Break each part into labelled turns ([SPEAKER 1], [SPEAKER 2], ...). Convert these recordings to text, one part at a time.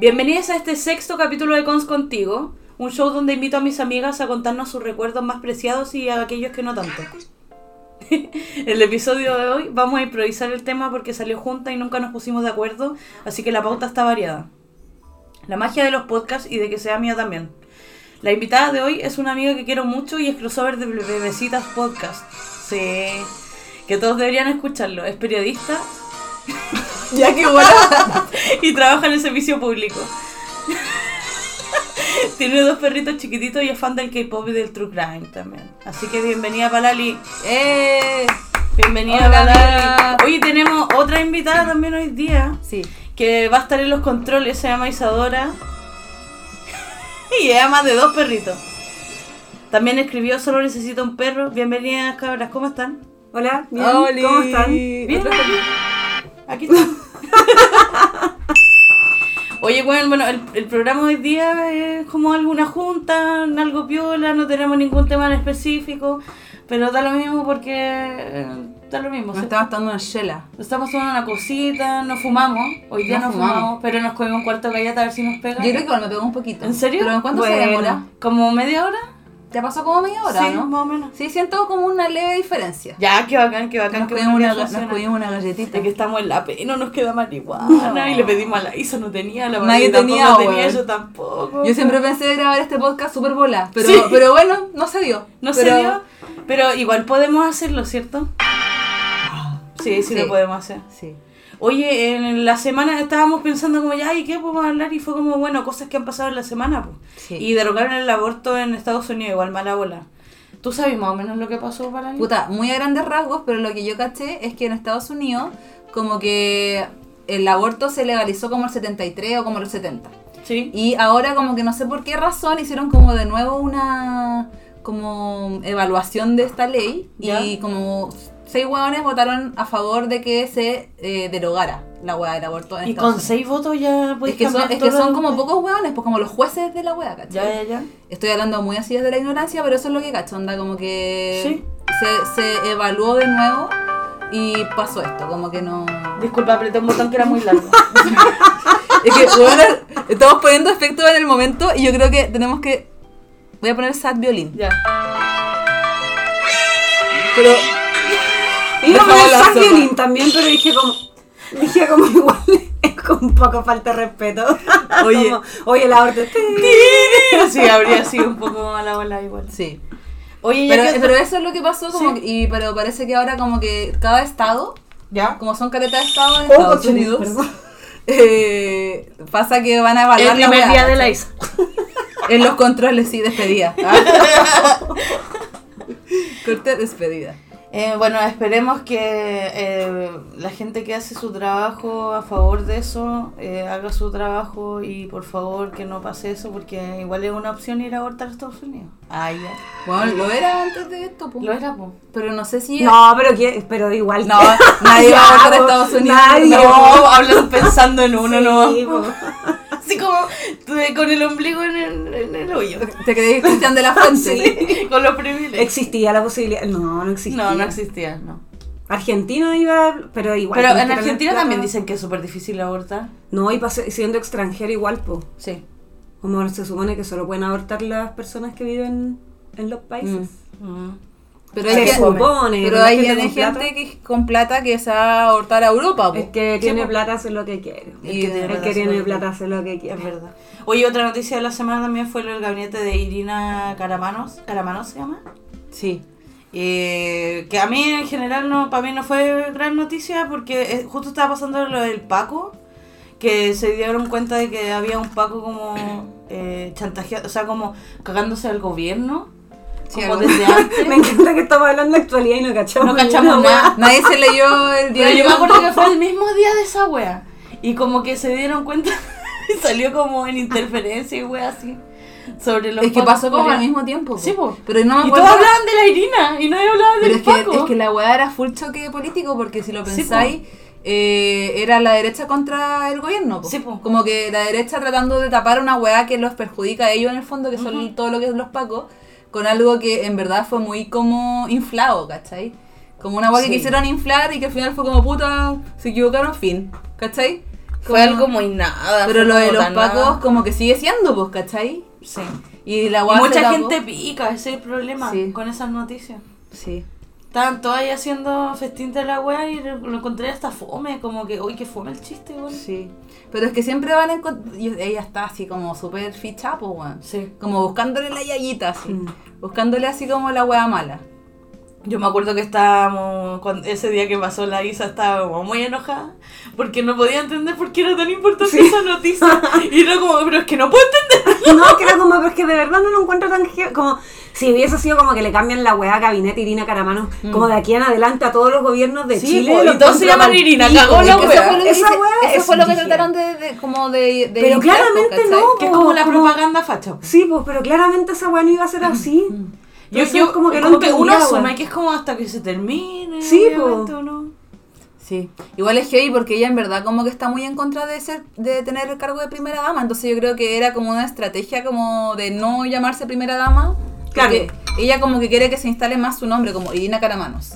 [SPEAKER 1] Bienvenidos a este sexto capítulo de Cons Contigo, un show donde invito a mis amigas a contarnos sus recuerdos más preciados y a aquellos que no tanto. el episodio de hoy vamos a improvisar el tema porque salió junta y nunca nos pusimos de acuerdo, así que la pauta está variada. La magia de los podcasts y de que sea mía también. La invitada de hoy es una amiga que quiero mucho y es crossover de Bebecitas Podcast. Sí, que todos deberían escucharlo. Es periodista,
[SPEAKER 2] Ya que bueno.
[SPEAKER 1] y trabaja en el servicio público. Tiene dos perritos chiquititos y es fan del K-pop y del True Crime también. Así que bienvenida Palali.
[SPEAKER 2] ¡Eh!
[SPEAKER 1] Bienvenida
[SPEAKER 2] Hola, amiga.
[SPEAKER 1] Palali. Hoy tenemos otra invitada también hoy día
[SPEAKER 2] Sí.
[SPEAKER 1] que va a estar en los controles. Se llama Isadora. y es ama de dos perritos. También escribió Solo necesito un perro. Bienvenidas cabras, ¿cómo están?
[SPEAKER 3] Hola, bien,
[SPEAKER 2] Oli.
[SPEAKER 3] ¿cómo están?
[SPEAKER 1] Bien. Aquí está. Oye, bueno, bueno el, el programa hoy día es como alguna junta, algo piola, no tenemos ningún tema en específico, pero da lo mismo porque eh, da lo mismo.
[SPEAKER 2] Nos
[SPEAKER 1] se-
[SPEAKER 2] está bastando una shela.
[SPEAKER 1] Estamos tomando una cosita, no fumamos, hoy día no,
[SPEAKER 2] No
[SPEAKER 1] fumamos.
[SPEAKER 2] fumamos.
[SPEAKER 1] pero nos comemos un cuarto de galleta a ver si nos pega.
[SPEAKER 2] Yo creo que igual me pegó un poquito.
[SPEAKER 1] ¿En serio?
[SPEAKER 2] ¿Pero en cuánto se
[SPEAKER 3] Bueno.
[SPEAKER 2] demora?
[SPEAKER 1] ¿Como media hora?
[SPEAKER 2] ¿Te pasó como media hora,
[SPEAKER 1] sí,
[SPEAKER 2] no?
[SPEAKER 1] más o menos.
[SPEAKER 2] Sí, siento como una leve diferencia.
[SPEAKER 1] Ya, qué bacán, qué bacán.
[SPEAKER 2] Nos
[SPEAKER 1] qué
[SPEAKER 2] comimos,
[SPEAKER 1] buena
[SPEAKER 2] una, nos
[SPEAKER 1] relación.
[SPEAKER 2] comimos una galletita.
[SPEAKER 1] De que estamos en la pena y no nos queda marihuana.
[SPEAKER 2] No.
[SPEAKER 1] Y le pedimos a la Isa, no tenía, la
[SPEAKER 2] Nadie
[SPEAKER 1] Valeria tampoco
[SPEAKER 2] tenía,
[SPEAKER 1] tenía,
[SPEAKER 2] weón.
[SPEAKER 1] yo tampoco.
[SPEAKER 2] Yo siempre pensé grabar este podcast súper bola, pero,
[SPEAKER 1] Sí.
[SPEAKER 2] pero bueno, no se dio.
[SPEAKER 1] No
[SPEAKER 2] Pero-
[SPEAKER 1] se dio, pero igual podemos hacerlo, ¿cierto? Sí, sí,
[SPEAKER 2] Sí.
[SPEAKER 1] lo podemos hacer.
[SPEAKER 2] Sí.
[SPEAKER 1] Oye, en la semana estábamos pensando como ya, ¿y qué podemos hablar? Y fue como, bueno, cosas que han pasado en la semana, pues.
[SPEAKER 2] Sí.
[SPEAKER 1] Y derogaron el aborto en Estados Unidos, igual mala bola. ¿Tú sabes más o menos lo que pasó para mí?
[SPEAKER 2] Puta, muy a grandes rasgos, pero lo que yo caché es que en Estados Unidos, como que el aborto se legalizó como el 73 o como el 70.
[SPEAKER 1] Sí.
[SPEAKER 2] Y ahora como que no sé por qué razón hicieron como de nuevo una como evaluación de esta ley y
[SPEAKER 1] Ya.
[SPEAKER 2] como seis hueones votaron a favor de que se eh, derogara la hueá del aborto en
[SPEAKER 1] Y
[SPEAKER 2] Estados
[SPEAKER 1] con
[SPEAKER 2] Unidos.
[SPEAKER 1] seis votos ya
[SPEAKER 2] es
[SPEAKER 1] podéis
[SPEAKER 2] que, son,
[SPEAKER 1] cambiar
[SPEAKER 2] es que
[SPEAKER 1] todo
[SPEAKER 2] son
[SPEAKER 1] lo-
[SPEAKER 2] como pocos hueones, pues como los jueces de la hueá, ¿cachai?
[SPEAKER 1] Ya, ya, ya.
[SPEAKER 2] Estoy hablando muy así desde la ignorancia, pero eso es lo que cacho, onda, como que
[SPEAKER 1] Sí.
[SPEAKER 2] se, se evaluó de nuevo y pasó esto, como que no...
[SPEAKER 1] Disculpa, apreté un botón que era muy largo.
[SPEAKER 2] Es que, bueno, estamos poniendo efecto en el momento y yo creo que tenemos que... Voy a poner sad violín.
[SPEAKER 1] ya.
[SPEAKER 2] Pero...
[SPEAKER 3] Iba a
[SPEAKER 2] Dejamos
[SPEAKER 3] poner
[SPEAKER 2] la
[SPEAKER 3] San
[SPEAKER 2] sopa.
[SPEAKER 3] Violín también, pero dije como, dije como igual, es con un poco falta de respeto.
[SPEAKER 2] Oye.
[SPEAKER 3] Como, oye, el aborto.
[SPEAKER 1] Sí, habría sido un poco mala bola igual.
[SPEAKER 2] Sí.
[SPEAKER 1] Oye, ya
[SPEAKER 2] Pero,
[SPEAKER 1] que-
[SPEAKER 2] pero eso es lo que pasó, como
[SPEAKER 1] Sí.
[SPEAKER 2] que- y, pero parece que ahora como que cada estado,
[SPEAKER 3] ¿Ya?
[SPEAKER 2] como son caretas de estado en
[SPEAKER 3] Oh,
[SPEAKER 2] Estados
[SPEAKER 3] sí,
[SPEAKER 2] Unidos,
[SPEAKER 3] perdón.
[SPEAKER 2] eh, pasa que van a evaluar la hueá, ¿cachai?
[SPEAKER 1] Isa.
[SPEAKER 2] En los controles, sí, despedida. Corte despedida.
[SPEAKER 1] Eh, bueno, esperemos que eh, la gente que hace su trabajo a favor de eso eh, haga su trabajo y por favor que no pase eso porque igual es una opción ir a abortar a Estados Unidos. Ah, ya.
[SPEAKER 2] Bueno, lo era antes de esto, po.
[SPEAKER 1] Lo era, po.
[SPEAKER 2] pero no sé si.
[SPEAKER 3] No, pero, que- pero igual.
[SPEAKER 2] No, nadie va a votar a
[SPEAKER 3] Ya,
[SPEAKER 2] Estados Unidos.
[SPEAKER 3] nadie.
[SPEAKER 2] No.
[SPEAKER 1] No, hablan pensando en uno,
[SPEAKER 3] Sí, po.
[SPEAKER 1] no. Así como eh, con el ombligo en el, en el hoyo.
[SPEAKER 2] ¿Te crees Cristian de la Fuente?
[SPEAKER 1] Con los privilegios.
[SPEAKER 3] Existía la posibilidad. No, no existía.
[SPEAKER 1] No, no existía, no.
[SPEAKER 3] Argentina iba, pero igual.
[SPEAKER 1] Pero
[SPEAKER 3] tenés
[SPEAKER 1] en
[SPEAKER 3] que tener
[SPEAKER 1] Argentina
[SPEAKER 3] plata.
[SPEAKER 1] también dicen que es súper difícil abortar.
[SPEAKER 3] No, y pase- siendo extranjero igual, po.
[SPEAKER 1] Sí.
[SPEAKER 3] Como se supone que solo pueden abortar las personas que viven en los países.
[SPEAKER 1] Mm.
[SPEAKER 2] Pero
[SPEAKER 3] Se
[SPEAKER 2] hay, que-
[SPEAKER 3] supone,
[SPEAKER 2] pero
[SPEAKER 3] ¿no?
[SPEAKER 2] hay
[SPEAKER 3] Gente
[SPEAKER 2] gente,
[SPEAKER 3] con plata.
[SPEAKER 2] que con plata que se va a abortar a Europa. po.
[SPEAKER 3] El que
[SPEAKER 1] Sí,
[SPEAKER 3] tiene
[SPEAKER 1] po.
[SPEAKER 3] plata hace lo que quiere.
[SPEAKER 2] Y
[SPEAKER 3] El que tiene,
[SPEAKER 1] plata hace lo que
[SPEAKER 3] plata hace lo que quiere.
[SPEAKER 1] Es verdad. Oye, otra noticia de la semana también fue lo del gabinete de Irina Caramanos. ¿Caramanos se llama?
[SPEAKER 2] Sí.
[SPEAKER 1] Eh, que a mí en general no, para mí no fue gran noticia porque eh, justo estaba pasando lo del Paco, que se dieron cuenta de que había un Paco como eh, chantajeado, o sea, como cagándose al gobierno,
[SPEAKER 2] Sí,
[SPEAKER 1] como
[SPEAKER 2] algo.
[SPEAKER 1] desde antes.
[SPEAKER 3] Me encanta que estamos hablando de actualidad y no cachamos.
[SPEAKER 1] No cachamos
[SPEAKER 3] una
[SPEAKER 1] nada.
[SPEAKER 2] Nadie se leyó el
[SPEAKER 1] Pero
[SPEAKER 2] diario.
[SPEAKER 1] yo me acuerdo que fue el mismo día de esa wea. Y como que se dieron cuenta y salió como en interferencia y wea así. Sobre los
[SPEAKER 2] Es que
[SPEAKER 1] Pacos
[SPEAKER 2] pasó como al
[SPEAKER 1] coreanos.
[SPEAKER 2] mismo tiempo. po.
[SPEAKER 1] Sí, po.
[SPEAKER 2] Pero no me
[SPEAKER 1] Y
[SPEAKER 2] acuerdo.
[SPEAKER 1] todos hablaban de la Irina y nadie hablaba del
[SPEAKER 2] Pero es que,
[SPEAKER 1] Paco.
[SPEAKER 2] es que la weá era full choque político porque si lo
[SPEAKER 1] Sí,
[SPEAKER 2] pensáis, eh, era la derecha contra el gobierno. po.
[SPEAKER 1] Sí, po.
[SPEAKER 2] Como que la derecha tratando de tapar una weá que los perjudica a ellos en el fondo, que son todo lo que es los pacos, con algo que en verdad fue muy como inflado, ¿cachai? Como una weá
[SPEAKER 1] Sí.
[SPEAKER 2] que quisieron inflar y que al final fue como puta, se equivocaron, fin, ¿cachai?
[SPEAKER 1] Fue
[SPEAKER 2] Como-
[SPEAKER 1] algo muy nada.
[SPEAKER 2] Pero
[SPEAKER 1] fue
[SPEAKER 2] lo de
[SPEAKER 1] como
[SPEAKER 2] los
[SPEAKER 1] tan
[SPEAKER 2] pacos
[SPEAKER 1] nada.
[SPEAKER 2] como que sigue siendo, pues, ¿cachai?
[SPEAKER 1] Sí.
[SPEAKER 2] Y la
[SPEAKER 1] Y
[SPEAKER 2] weá se
[SPEAKER 1] mucha
[SPEAKER 2] tapó.
[SPEAKER 1] gente pica, ese es el problema
[SPEAKER 2] Sí.
[SPEAKER 1] con esas noticias.
[SPEAKER 2] Sí.
[SPEAKER 1] Estaban todas ahí haciendo festín de la wea y lo lo encontré hasta fome, como que, uy, que fome el chiste, weón.
[SPEAKER 2] Sí. Pero es que siempre van a encont- y Ella está así como súper ficha, pues, weón.
[SPEAKER 1] Sí.
[SPEAKER 2] Como buscándole la yayita, así. Buscándole así como la wea mala.
[SPEAKER 1] Yo me acuerdo que estábamos, cuando- ese día que pasó la Isa estaba como muy enojada porque no podía entender por qué era tan importante esa noticia. Y era como, pero es que no puedo entender.
[SPEAKER 3] No, que era como, pero es que de verdad no lo encuentro tan ge- como si hubiese sido como que le cambian la weá a Gabinete Irina Caramano, como de aquí en adelante a todos los gobiernos de
[SPEAKER 1] Mm. Sí,
[SPEAKER 3] Chile.
[SPEAKER 1] po, y
[SPEAKER 3] lo
[SPEAKER 1] todos se
[SPEAKER 3] encuentro
[SPEAKER 1] llaman
[SPEAKER 3] tan
[SPEAKER 1] Irina,
[SPEAKER 3] pico,
[SPEAKER 1] cagó la
[SPEAKER 3] porque
[SPEAKER 2] Porque
[SPEAKER 1] wea.
[SPEAKER 2] Eso fue lo Ah, que,
[SPEAKER 3] eso Esa
[SPEAKER 2] dice-
[SPEAKER 3] wea
[SPEAKER 2] eso
[SPEAKER 3] es
[SPEAKER 2] fue lo que
[SPEAKER 3] brígida.
[SPEAKER 2] trataron de, de- como de, de
[SPEAKER 3] Pero
[SPEAKER 2] limpiar,
[SPEAKER 3] claramente
[SPEAKER 2] pues, ¿cachai?
[SPEAKER 3] no,
[SPEAKER 1] Que es como la
[SPEAKER 3] Como-
[SPEAKER 1] propaganda facha. po.
[SPEAKER 3] Sí, pues, pero claramente esa weá no iba a ser así.
[SPEAKER 1] Mm. Yo,
[SPEAKER 3] Entonces,
[SPEAKER 1] yo como que, uno
[SPEAKER 3] entendía,
[SPEAKER 1] asume
[SPEAKER 3] weón.
[SPEAKER 1] que es como hasta que se termine.
[SPEAKER 3] Sí, po.
[SPEAKER 1] obviamente, ¿o no?
[SPEAKER 2] Sí. Igual es heavy porque ella en verdad como que está muy en contra de ser de tener el cargo de primera dama. Entonces yo creo que era como una estrategia como de no llamarse primera dama.
[SPEAKER 3] Claro.
[SPEAKER 2] porque Ella como que quiere que se instale más su nombre, como Irina Caramanos.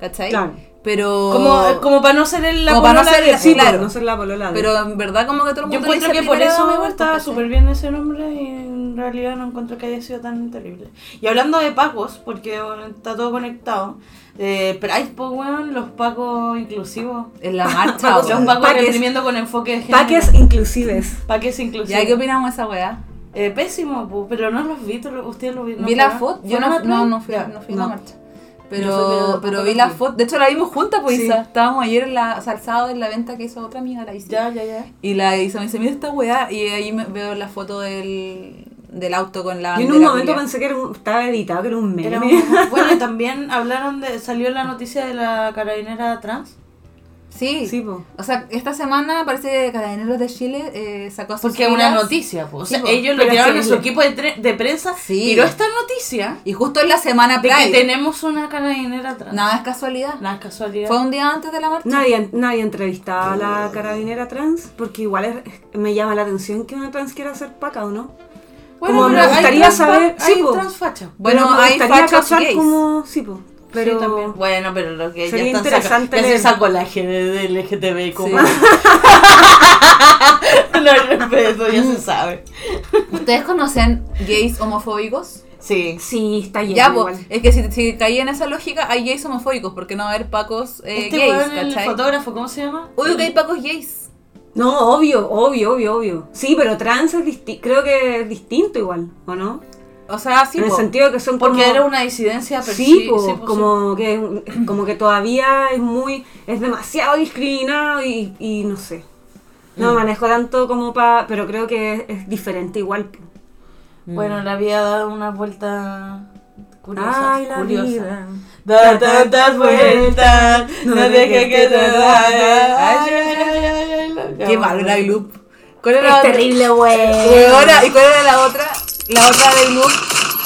[SPEAKER 2] ¿Cachai?
[SPEAKER 3] Claro.
[SPEAKER 2] Pero...
[SPEAKER 1] Como, como para no ser el la
[SPEAKER 2] eh, Como para no
[SPEAKER 1] polola
[SPEAKER 2] ser
[SPEAKER 1] de-
[SPEAKER 2] el-
[SPEAKER 3] Sí,
[SPEAKER 2] Claro.
[SPEAKER 3] claro. no ser la polola. de-
[SPEAKER 2] Pero en verdad como que todo el
[SPEAKER 1] Yo
[SPEAKER 2] mundo le
[SPEAKER 1] encuentro
[SPEAKER 2] dice
[SPEAKER 1] que por
[SPEAKER 2] primera dama
[SPEAKER 1] eso
[SPEAKER 2] igual,
[SPEAKER 1] estaba
[SPEAKER 2] ¿cachai?
[SPEAKER 1] súper bien ese nombre y en realidad no encuentro que haya sido tan terrible. Y hablando de pacos, porque bueno, está todo conectado, eh, Pride, pues weón, los pacos inclusivos.
[SPEAKER 2] En la marcha.
[SPEAKER 1] Los
[SPEAKER 2] weón.
[SPEAKER 1] pacos
[SPEAKER 3] Paques.
[SPEAKER 1] reprimiendo con enfoque de género.
[SPEAKER 3] Paques inclusives.
[SPEAKER 1] Paques
[SPEAKER 2] ¿Ya qué
[SPEAKER 1] inclusivos.
[SPEAKER 2] opinamos de esa weá?
[SPEAKER 1] Eh, pésimo, pues, pero no los vi, tú lo- ustedes los vieron.
[SPEAKER 2] vi la foto. Yo no, no, no fui, a-
[SPEAKER 1] Ya,
[SPEAKER 2] no fui a la
[SPEAKER 3] no.
[SPEAKER 2] marcha.
[SPEAKER 1] Yo fui, pero
[SPEAKER 2] Pero,
[SPEAKER 1] tampoco
[SPEAKER 2] pero
[SPEAKER 1] la
[SPEAKER 2] vi la
[SPEAKER 1] vi.
[SPEAKER 2] foto. De hecho, la vimos juntas, pues,
[SPEAKER 3] Sí.
[SPEAKER 2] Isa. Estábamos ayer en la, o sea, el sábado en la venta que hizo otra amiga, la Isa.
[SPEAKER 1] Ya, ya, ya.
[SPEAKER 2] Y la Isa me dice, mira esta weá. Y ahí me veo la foto del, del auto con la
[SPEAKER 3] Yo en un
[SPEAKER 2] bandera
[SPEAKER 3] momento
[SPEAKER 2] culiá.
[SPEAKER 3] pensé que era un- estaba editado, que era un meme.
[SPEAKER 1] Era un- bueno, y también hablaron de. Salió la noticia de la carabinera trans.
[SPEAKER 2] Sí.
[SPEAKER 3] Sí, po.
[SPEAKER 2] O sea, esta semana parece que Carabineros de Chile eh, sacó sus
[SPEAKER 1] Porque es una
[SPEAKER 2] filas.
[SPEAKER 1] noticia, pues. O
[SPEAKER 2] Sí,
[SPEAKER 1] sea,
[SPEAKER 2] pues.
[SPEAKER 1] ellos lo
[SPEAKER 3] Pero
[SPEAKER 1] tiraron
[SPEAKER 3] sí,
[SPEAKER 1] en su
[SPEAKER 3] sí.
[SPEAKER 1] equipo de, tre- de prensa.
[SPEAKER 2] Sí.
[SPEAKER 1] Tiró esta noticia
[SPEAKER 2] Y justo en la semana
[SPEAKER 1] de que
[SPEAKER 2] Pride.
[SPEAKER 1] tenemos una carabinera trans.
[SPEAKER 2] Nada es casualidad.
[SPEAKER 1] Nada es casualidad.
[SPEAKER 2] Fue un día antes de la marcha.
[SPEAKER 3] Nadie, nadie entrevistaba a la carabinera trans, porque igual es- me llama la atención que una trans quiera ser paca, ¿o no? como
[SPEAKER 1] pero
[SPEAKER 3] me
[SPEAKER 1] hay
[SPEAKER 3] gustaría
[SPEAKER 1] trans-
[SPEAKER 3] saber-
[SPEAKER 1] Hay
[SPEAKER 3] sí, po.
[SPEAKER 1] transfacha.
[SPEAKER 2] Bueno,
[SPEAKER 3] Pero me
[SPEAKER 2] hay
[SPEAKER 3] gustaría
[SPEAKER 2] fachos
[SPEAKER 3] cachar
[SPEAKER 2] gays.
[SPEAKER 3] como... Sí, po. Pero...
[SPEAKER 1] Sí, también. Bueno, pero lo que
[SPEAKER 3] Sería
[SPEAKER 1] ya están saca-
[SPEAKER 3] interesante
[SPEAKER 1] ya se
[SPEAKER 3] leer.
[SPEAKER 1] sacó la G de LGTB como.
[SPEAKER 2] Sí.
[SPEAKER 1] no hay respeto, ya se sabe.
[SPEAKER 2] ¿Ustedes conocen gays homofóbicos?
[SPEAKER 1] Sí.
[SPEAKER 3] Sí, está lleno
[SPEAKER 2] Ya, po,
[SPEAKER 3] igual.
[SPEAKER 2] es que si, si caí en esa lógica, hay gays homofóbicos, porque no va a haber pacos eh,
[SPEAKER 1] Este
[SPEAKER 2] gays,
[SPEAKER 1] weón, el
[SPEAKER 2] ¿cachai?
[SPEAKER 1] fotógrafo, ¿cómo se llama?
[SPEAKER 2] Obvio que hay pacos gays.
[SPEAKER 3] No, obvio, obvio, obvio, obvio. Sí, pero trans es disti- creo que es distinto igual, ¿o no?
[SPEAKER 2] O sea, sí,
[SPEAKER 3] en el
[SPEAKER 2] po.
[SPEAKER 3] sentido de que son
[SPEAKER 1] Porque
[SPEAKER 3] como...
[SPEAKER 1] era una disidencia, pero
[SPEAKER 3] Sí, po,
[SPEAKER 1] sí,
[SPEAKER 3] como que como que todavía es muy es demasiado discriminado y, y no sé. No manejo tanto como para, pero creo que es, es diferente igual. po.
[SPEAKER 1] Bueno, le había dado una vuelta curiosa.
[SPEAKER 3] Ay, la
[SPEAKER 1] curiosa.
[SPEAKER 3] vida.
[SPEAKER 1] Da tantas vueltas, no dejes que te da. Ay, ay, ay, ay, ay, la-
[SPEAKER 2] Qué malo era el loop. ¿Cuál era la
[SPEAKER 3] Es
[SPEAKER 2] otra?
[SPEAKER 3] terrible,
[SPEAKER 1] eh,
[SPEAKER 3] güey.
[SPEAKER 2] Weona, ¿Y cuál era la otra? La otra del loop.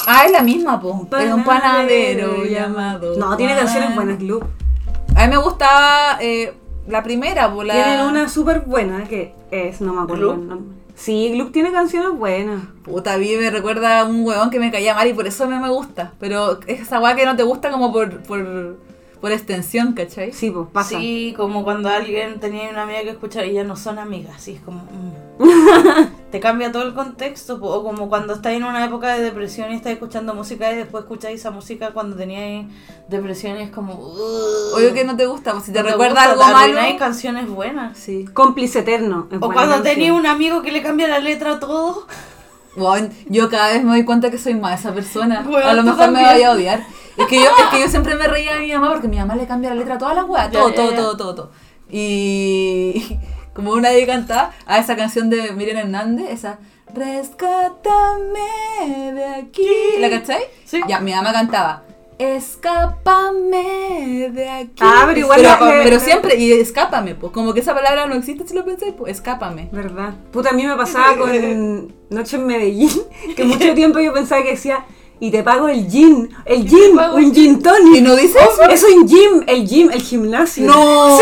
[SPEAKER 2] Ah, es la misma, po. Era un panadero llamado.
[SPEAKER 3] No, tiene
[SPEAKER 2] Juan.
[SPEAKER 3] canciones buenas, Club.
[SPEAKER 2] A mí me gustaba eh, la primera, po. La...
[SPEAKER 3] Tienen una súper buena que es, no me acuerdo
[SPEAKER 1] ¿Gloop?
[SPEAKER 3] el nombre. Sí, Club tiene canciones buenas.
[SPEAKER 2] Puta, a mí me recuerda a un huevón que me caía mal y por eso no me gusta. Pero es esa hueá que no te gusta como por, por, por extensión, ¿cachai?
[SPEAKER 3] Sí, pues pasa.
[SPEAKER 1] Sí, como cuando alguien tenía una amiga que escuchaba y ya no son amigas, así es como... mm. Te cambia todo el contexto, po, o como cuando estáis en una época de depresión y estáis escuchando música y después escucháis esa música cuando teníais depresión y es como... uh.
[SPEAKER 2] Obvio que no te gusta, pues si te
[SPEAKER 1] No
[SPEAKER 2] recuerda
[SPEAKER 1] gusta,
[SPEAKER 2] algo
[SPEAKER 1] te
[SPEAKER 2] malo.
[SPEAKER 1] arruináis canciones buenas.
[SPEAKER 2] Sí.
[SPEAKER 3] Cómplice eterno. es
[SPEAKER 1] O
[SPEAKER 3] buena
[SPEAKER 1] cuando
[SPEAKER 3] canción.
[SPEAKER 1] tenía un amigo que le cambia la letra a todo.
[SPEAKER 2] Weón, yo cada vez me doy cuenta que soy más esa persona.
[SPEAKER 1] Weón,
[SPEAKER 2] a lo
[SPEAKER 1] tú
[SPEAKER 2] mejor me
[SPEAKER 1] también.
[SPEAKER 2] vaya a odiar. Es que, yo, es que yo siempre me reía de mi mamá porque mi mamá le cambia la letra a todas las weas.
[SPEAKER 1] Ya,
[SPEAKER 2] Todo,
[SPEAKER 1] ya,
[SPEAKER 2] todo,
[SPEAKER 1] ya.
[SPEAKER 2] todo, todo, todo. Y como una vez cantaba a esa canción de Miriam Hernández, esa Rescátame de aquí. ¿La cachai?
[SPEAKER 1] Sí.
[SPEAKER 2] Ya, mi mamá cantaba. Escápame de aquí.
[SPEAKER 3] Ah, pero igual
[SPEAKER 2] pero,
[SPEAKER 3] la-
[SPEAKER 2] pero
[SPEAKER 3] la-
[SPEAKER 2] siempre, y escápame, pues como que esa palabra no existe si lo pensáis, pues escápame.
[SPEAKER 3] ¿Verdad? Puta, a mí me pasaba con Noche en Medellín, que mucho tiempo yo pensaba que decía, y te pago el gin, el gym,
[SPEAKER 1] pago el
[SPEAKER 3] un gin tonic.
[SPEAKER 2] ¿Y no dice
[SPEAKER 1] Oh,
[SPEAKER 2] eso?
[SPEAKER 3] Es un gym, el gym, el gimnasio.
[SPEAKER 2] No,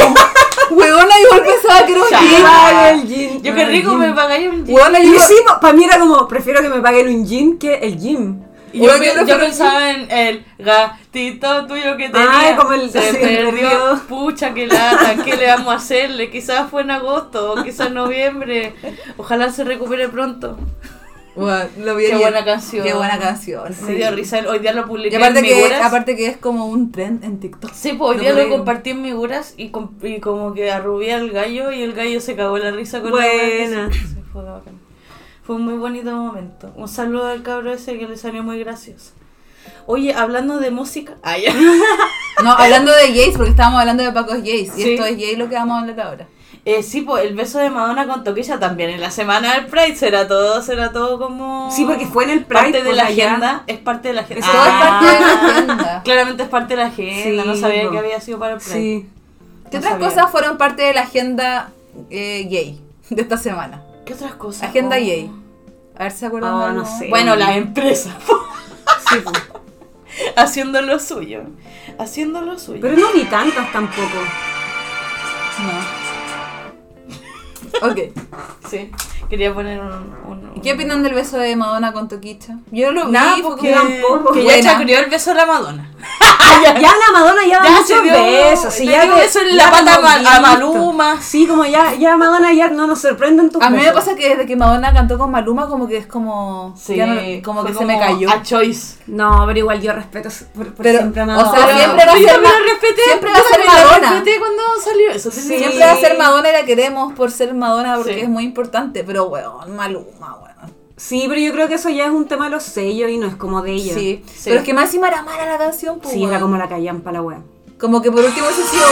[SPEAKER 2] huevona, igual pensaba que era un
[SPEAKER 1] Ya.
[SPEAKER 3] Te
[SPEAKER 2] gym.
[SPEAKER 3] pago el gin.
[SPEAKER 1] Yo
[SPEAKER 3] Ah,
[SPEAKER 1] qué
[SPEAKER 3] el
[SPEAKER 1] rico
[SPEAKER 3] gin.
[SPEAKER 1] me pagáis un gin.
[SPEAKER 2] Huevona, yo,
[SPEAKER 3] Y sí, para mí era como, prefiero que me paguen un gin que el gym.
[SPEAKER 1] Y yo,
[SPEAKER 2] Bueno,
[SPEAKER 1] pe-
[SPEAKER 2] yo no
[SPEAKER 1] yo
[SPEAKER 2] creo-
[SPEAKER 1] pensaba en el gatito tuyo que tenía.
[SPEAKER 3] Ay, como el-
[SPEAKER 1] se
[SPEAKER 3] se
[SPEAKER 1] perdió.
[SPEAKER 3] perdió.
[SPEAKER 1] Pucha, qué lata. ¿Qué le vamos a hacerle? Quizás fue en agosto, o quizás en noviembre. Ojalá se recupere pronto.
[SPEAKER 2] Bueno, lo vi
[SPEAKER 1] Qué
[SPEAKER 2] ayer.
[SPEAKER 1] buena canción.
[SPEAKER 2] Qué buena canción.
[SPEAKER 1] Me dio risa. Hoy día lo
[SPEAKER 2] Y
[SPEAKER 1] publiqué
[SPEAKER 2] aparte
[SPEAKER 1] en
[SPEAKER 2] que,
[SPEAKER 1] Miguras.
[SPEAKER 2] aparte que es como un trend en TikTok.
[SPEAKER 1] Sí, pues hoy
[SPEAKER 2] Lo
[SPEAKER 1] día lo
[SPEAKER 2] creo.
[SPEAKER 1] compartí en Miguras y, com- y como que arrubé al gallo y el gallo se cagó la risa con la
[SPEAKER 3] Buena.
[SPEAKER 1] weá que hizo. Sí, fue bacán. Fue un muy bonito momento. Un saludo al cabro ese que le salió muy gracioso. Oye, hablando de música. Ah, ya.
[SPEAKER 2] No, hablando de gays, porque estábamos hablando de Paco gays. Y
[SPEAKER 1] Sí.
[SPEAKER 2] esto es gay lo que vamos a hablar ahora.
[SPEAKER 1] Eh, sí, pues el beso de Madonna con Toquilla también. En la semana del Pride será todo, será todo como.
[SPEAKER 3] Sí, porque fue en el Pride.
[SPEAKER 1] Ah, parte de
[SPEAKER 3] pues,
[SPEAKER 1] la
[SPEAKER 3] allá.
[SPEAKER 1] agenda. Es parte de la agenda. Ah.
[SPEAKER 2] Eso es parte de la agenda.
[SPEAKER 1] Claramente es parte de la agenda.
[SPEAKER 3] Sí,
[SPEAKER 1] no sabía
[SPEAKER 3] po.
[SPEAKER 1] que había sido para el Pride.
[SPEAKER 3] Sí.
[SPEAKER 1] No
[SPEAKER 2] ¿Qué otras
[SPEAKER 1] sabía.
[SPEAKER 2] cosas fueron parte de la agenda eh, gay de esta semana?
[SPEAKER 1] ¿Qué otras cosas?
[SPEAKER 2] Agenda
[SPEAKER 1] Oh.
[SPEAKER 2] gay. A ver si se acuerdan.
[SPEAKER 3] Ah,
[SPEAKER 2] de
[SPEAKER 3] no
[SPEAKER 2] algo.
[SPEAKER 3] sé.
[SPEAKER 1] Bueno, las empresas.
[SPEAKER 3] sí, pues.
[SPEAKER 1] haciendo lo suyo. Haciendo lo suyo.
[SPEAKER 3] Pero no vi tantas tampoco.
[SPEAKER 2] No. Ok.
[SPEAKER 1] Sí, quería poner un. un-
[SPEAKER 2] ¿Y ¿Qué opinan del beso de Madonna con Toquicha? Yo lo vi.
[SPEAKER 1] Nada,
[SPEAKER 2] fue
[SPEAKER 1] porque
[SPEAKER 2] como-
[SPEAKER 3] tampoco.
[SPEAKER 1] que ya
[SPEAKER 2] Buena.
[SPEAKER 1] chacrió el beso a la Madonna.
[SPEAKER 3] ya, la Madonna ya, da
[SPEAKER 1] Ya
[SPEAKER 3] muchos
[SPEAKER 1] se dio-
[SPEAKER 3] besos. sí,
[SPEAKER 1] le
[SPEAKER 3] ya
[SPEAKER 1] dio
[SPEAKER 3] que-
[SPEAKER 1] beso en
[SPEAKER 3] ya
[SPEAKER 1] la pata
[SPEAKER 3] como
[SPEAKER 1] a Ma- a
[SPEAKER 3] bien
[SPEAKER 1] Maluma.
[SPEAKER 3] listo. Sí, como ya, ya Madonna ya no nos sorprenden tus
[SPEAKER 2] A mí me
[SPEAKER 3] besos.
[SPEAKER 2] pasa que desde que Madonna cantó con Maluma, como que es como. ya no- como
[SPEAKER 1] fue ah,
[SPEAKER 2] que se me cayó.
[SPEAKER 1] A choice.
[SPEAKER 3] No, pero igual yo respeto por, por
[SPEAKER 2] Pero,
[SPEAKER 3] siempre a
[SPEAKER 2] o
[SPEAKER 3] Madonna.
[SPEAKER 2] sea, siempre va a
[SPEAKER 1] Yo
[SPEAKER 2] ser
[SPEAKER 1] también
[SPEAKER 2] Ma-
[SPEAKER 1] lo respeté.
[SPEAKER 2] siempre
[SPEAKER 1] yo
[SPEAKER 2] va a ser
[SPEAKER 1] también lo
[SPEAKER 2] Madonna.
[SPEAKER 1] respeté cuando salió eso. te
[SPEAKER 3] Sí.
[SPEAKER 1] digo.
[SPEAKER 2] Siempre va a ser Madonna y la queremos por ser Madonna porque
[SPEAKER 1] Sí.
[SPEAKER 2] es muy importante. Pero, weón, Maluma, weón.
[SPEAKER 3] Sí, pero yo creo que eso ya es un tema de los sellos y no es como de ella.
[SPEAKER 2] Sí.
[SPEAKER 1] Sí.
[SPEAKER 2] Pero es que más encima era mala la canción, pues.
[SPEAKER 3] Sí, era
[SPEAKER 2] weón.
[SPEAKER 3] como la callan para la wea.
[SPEAKER 2] Como que por último eso ha sido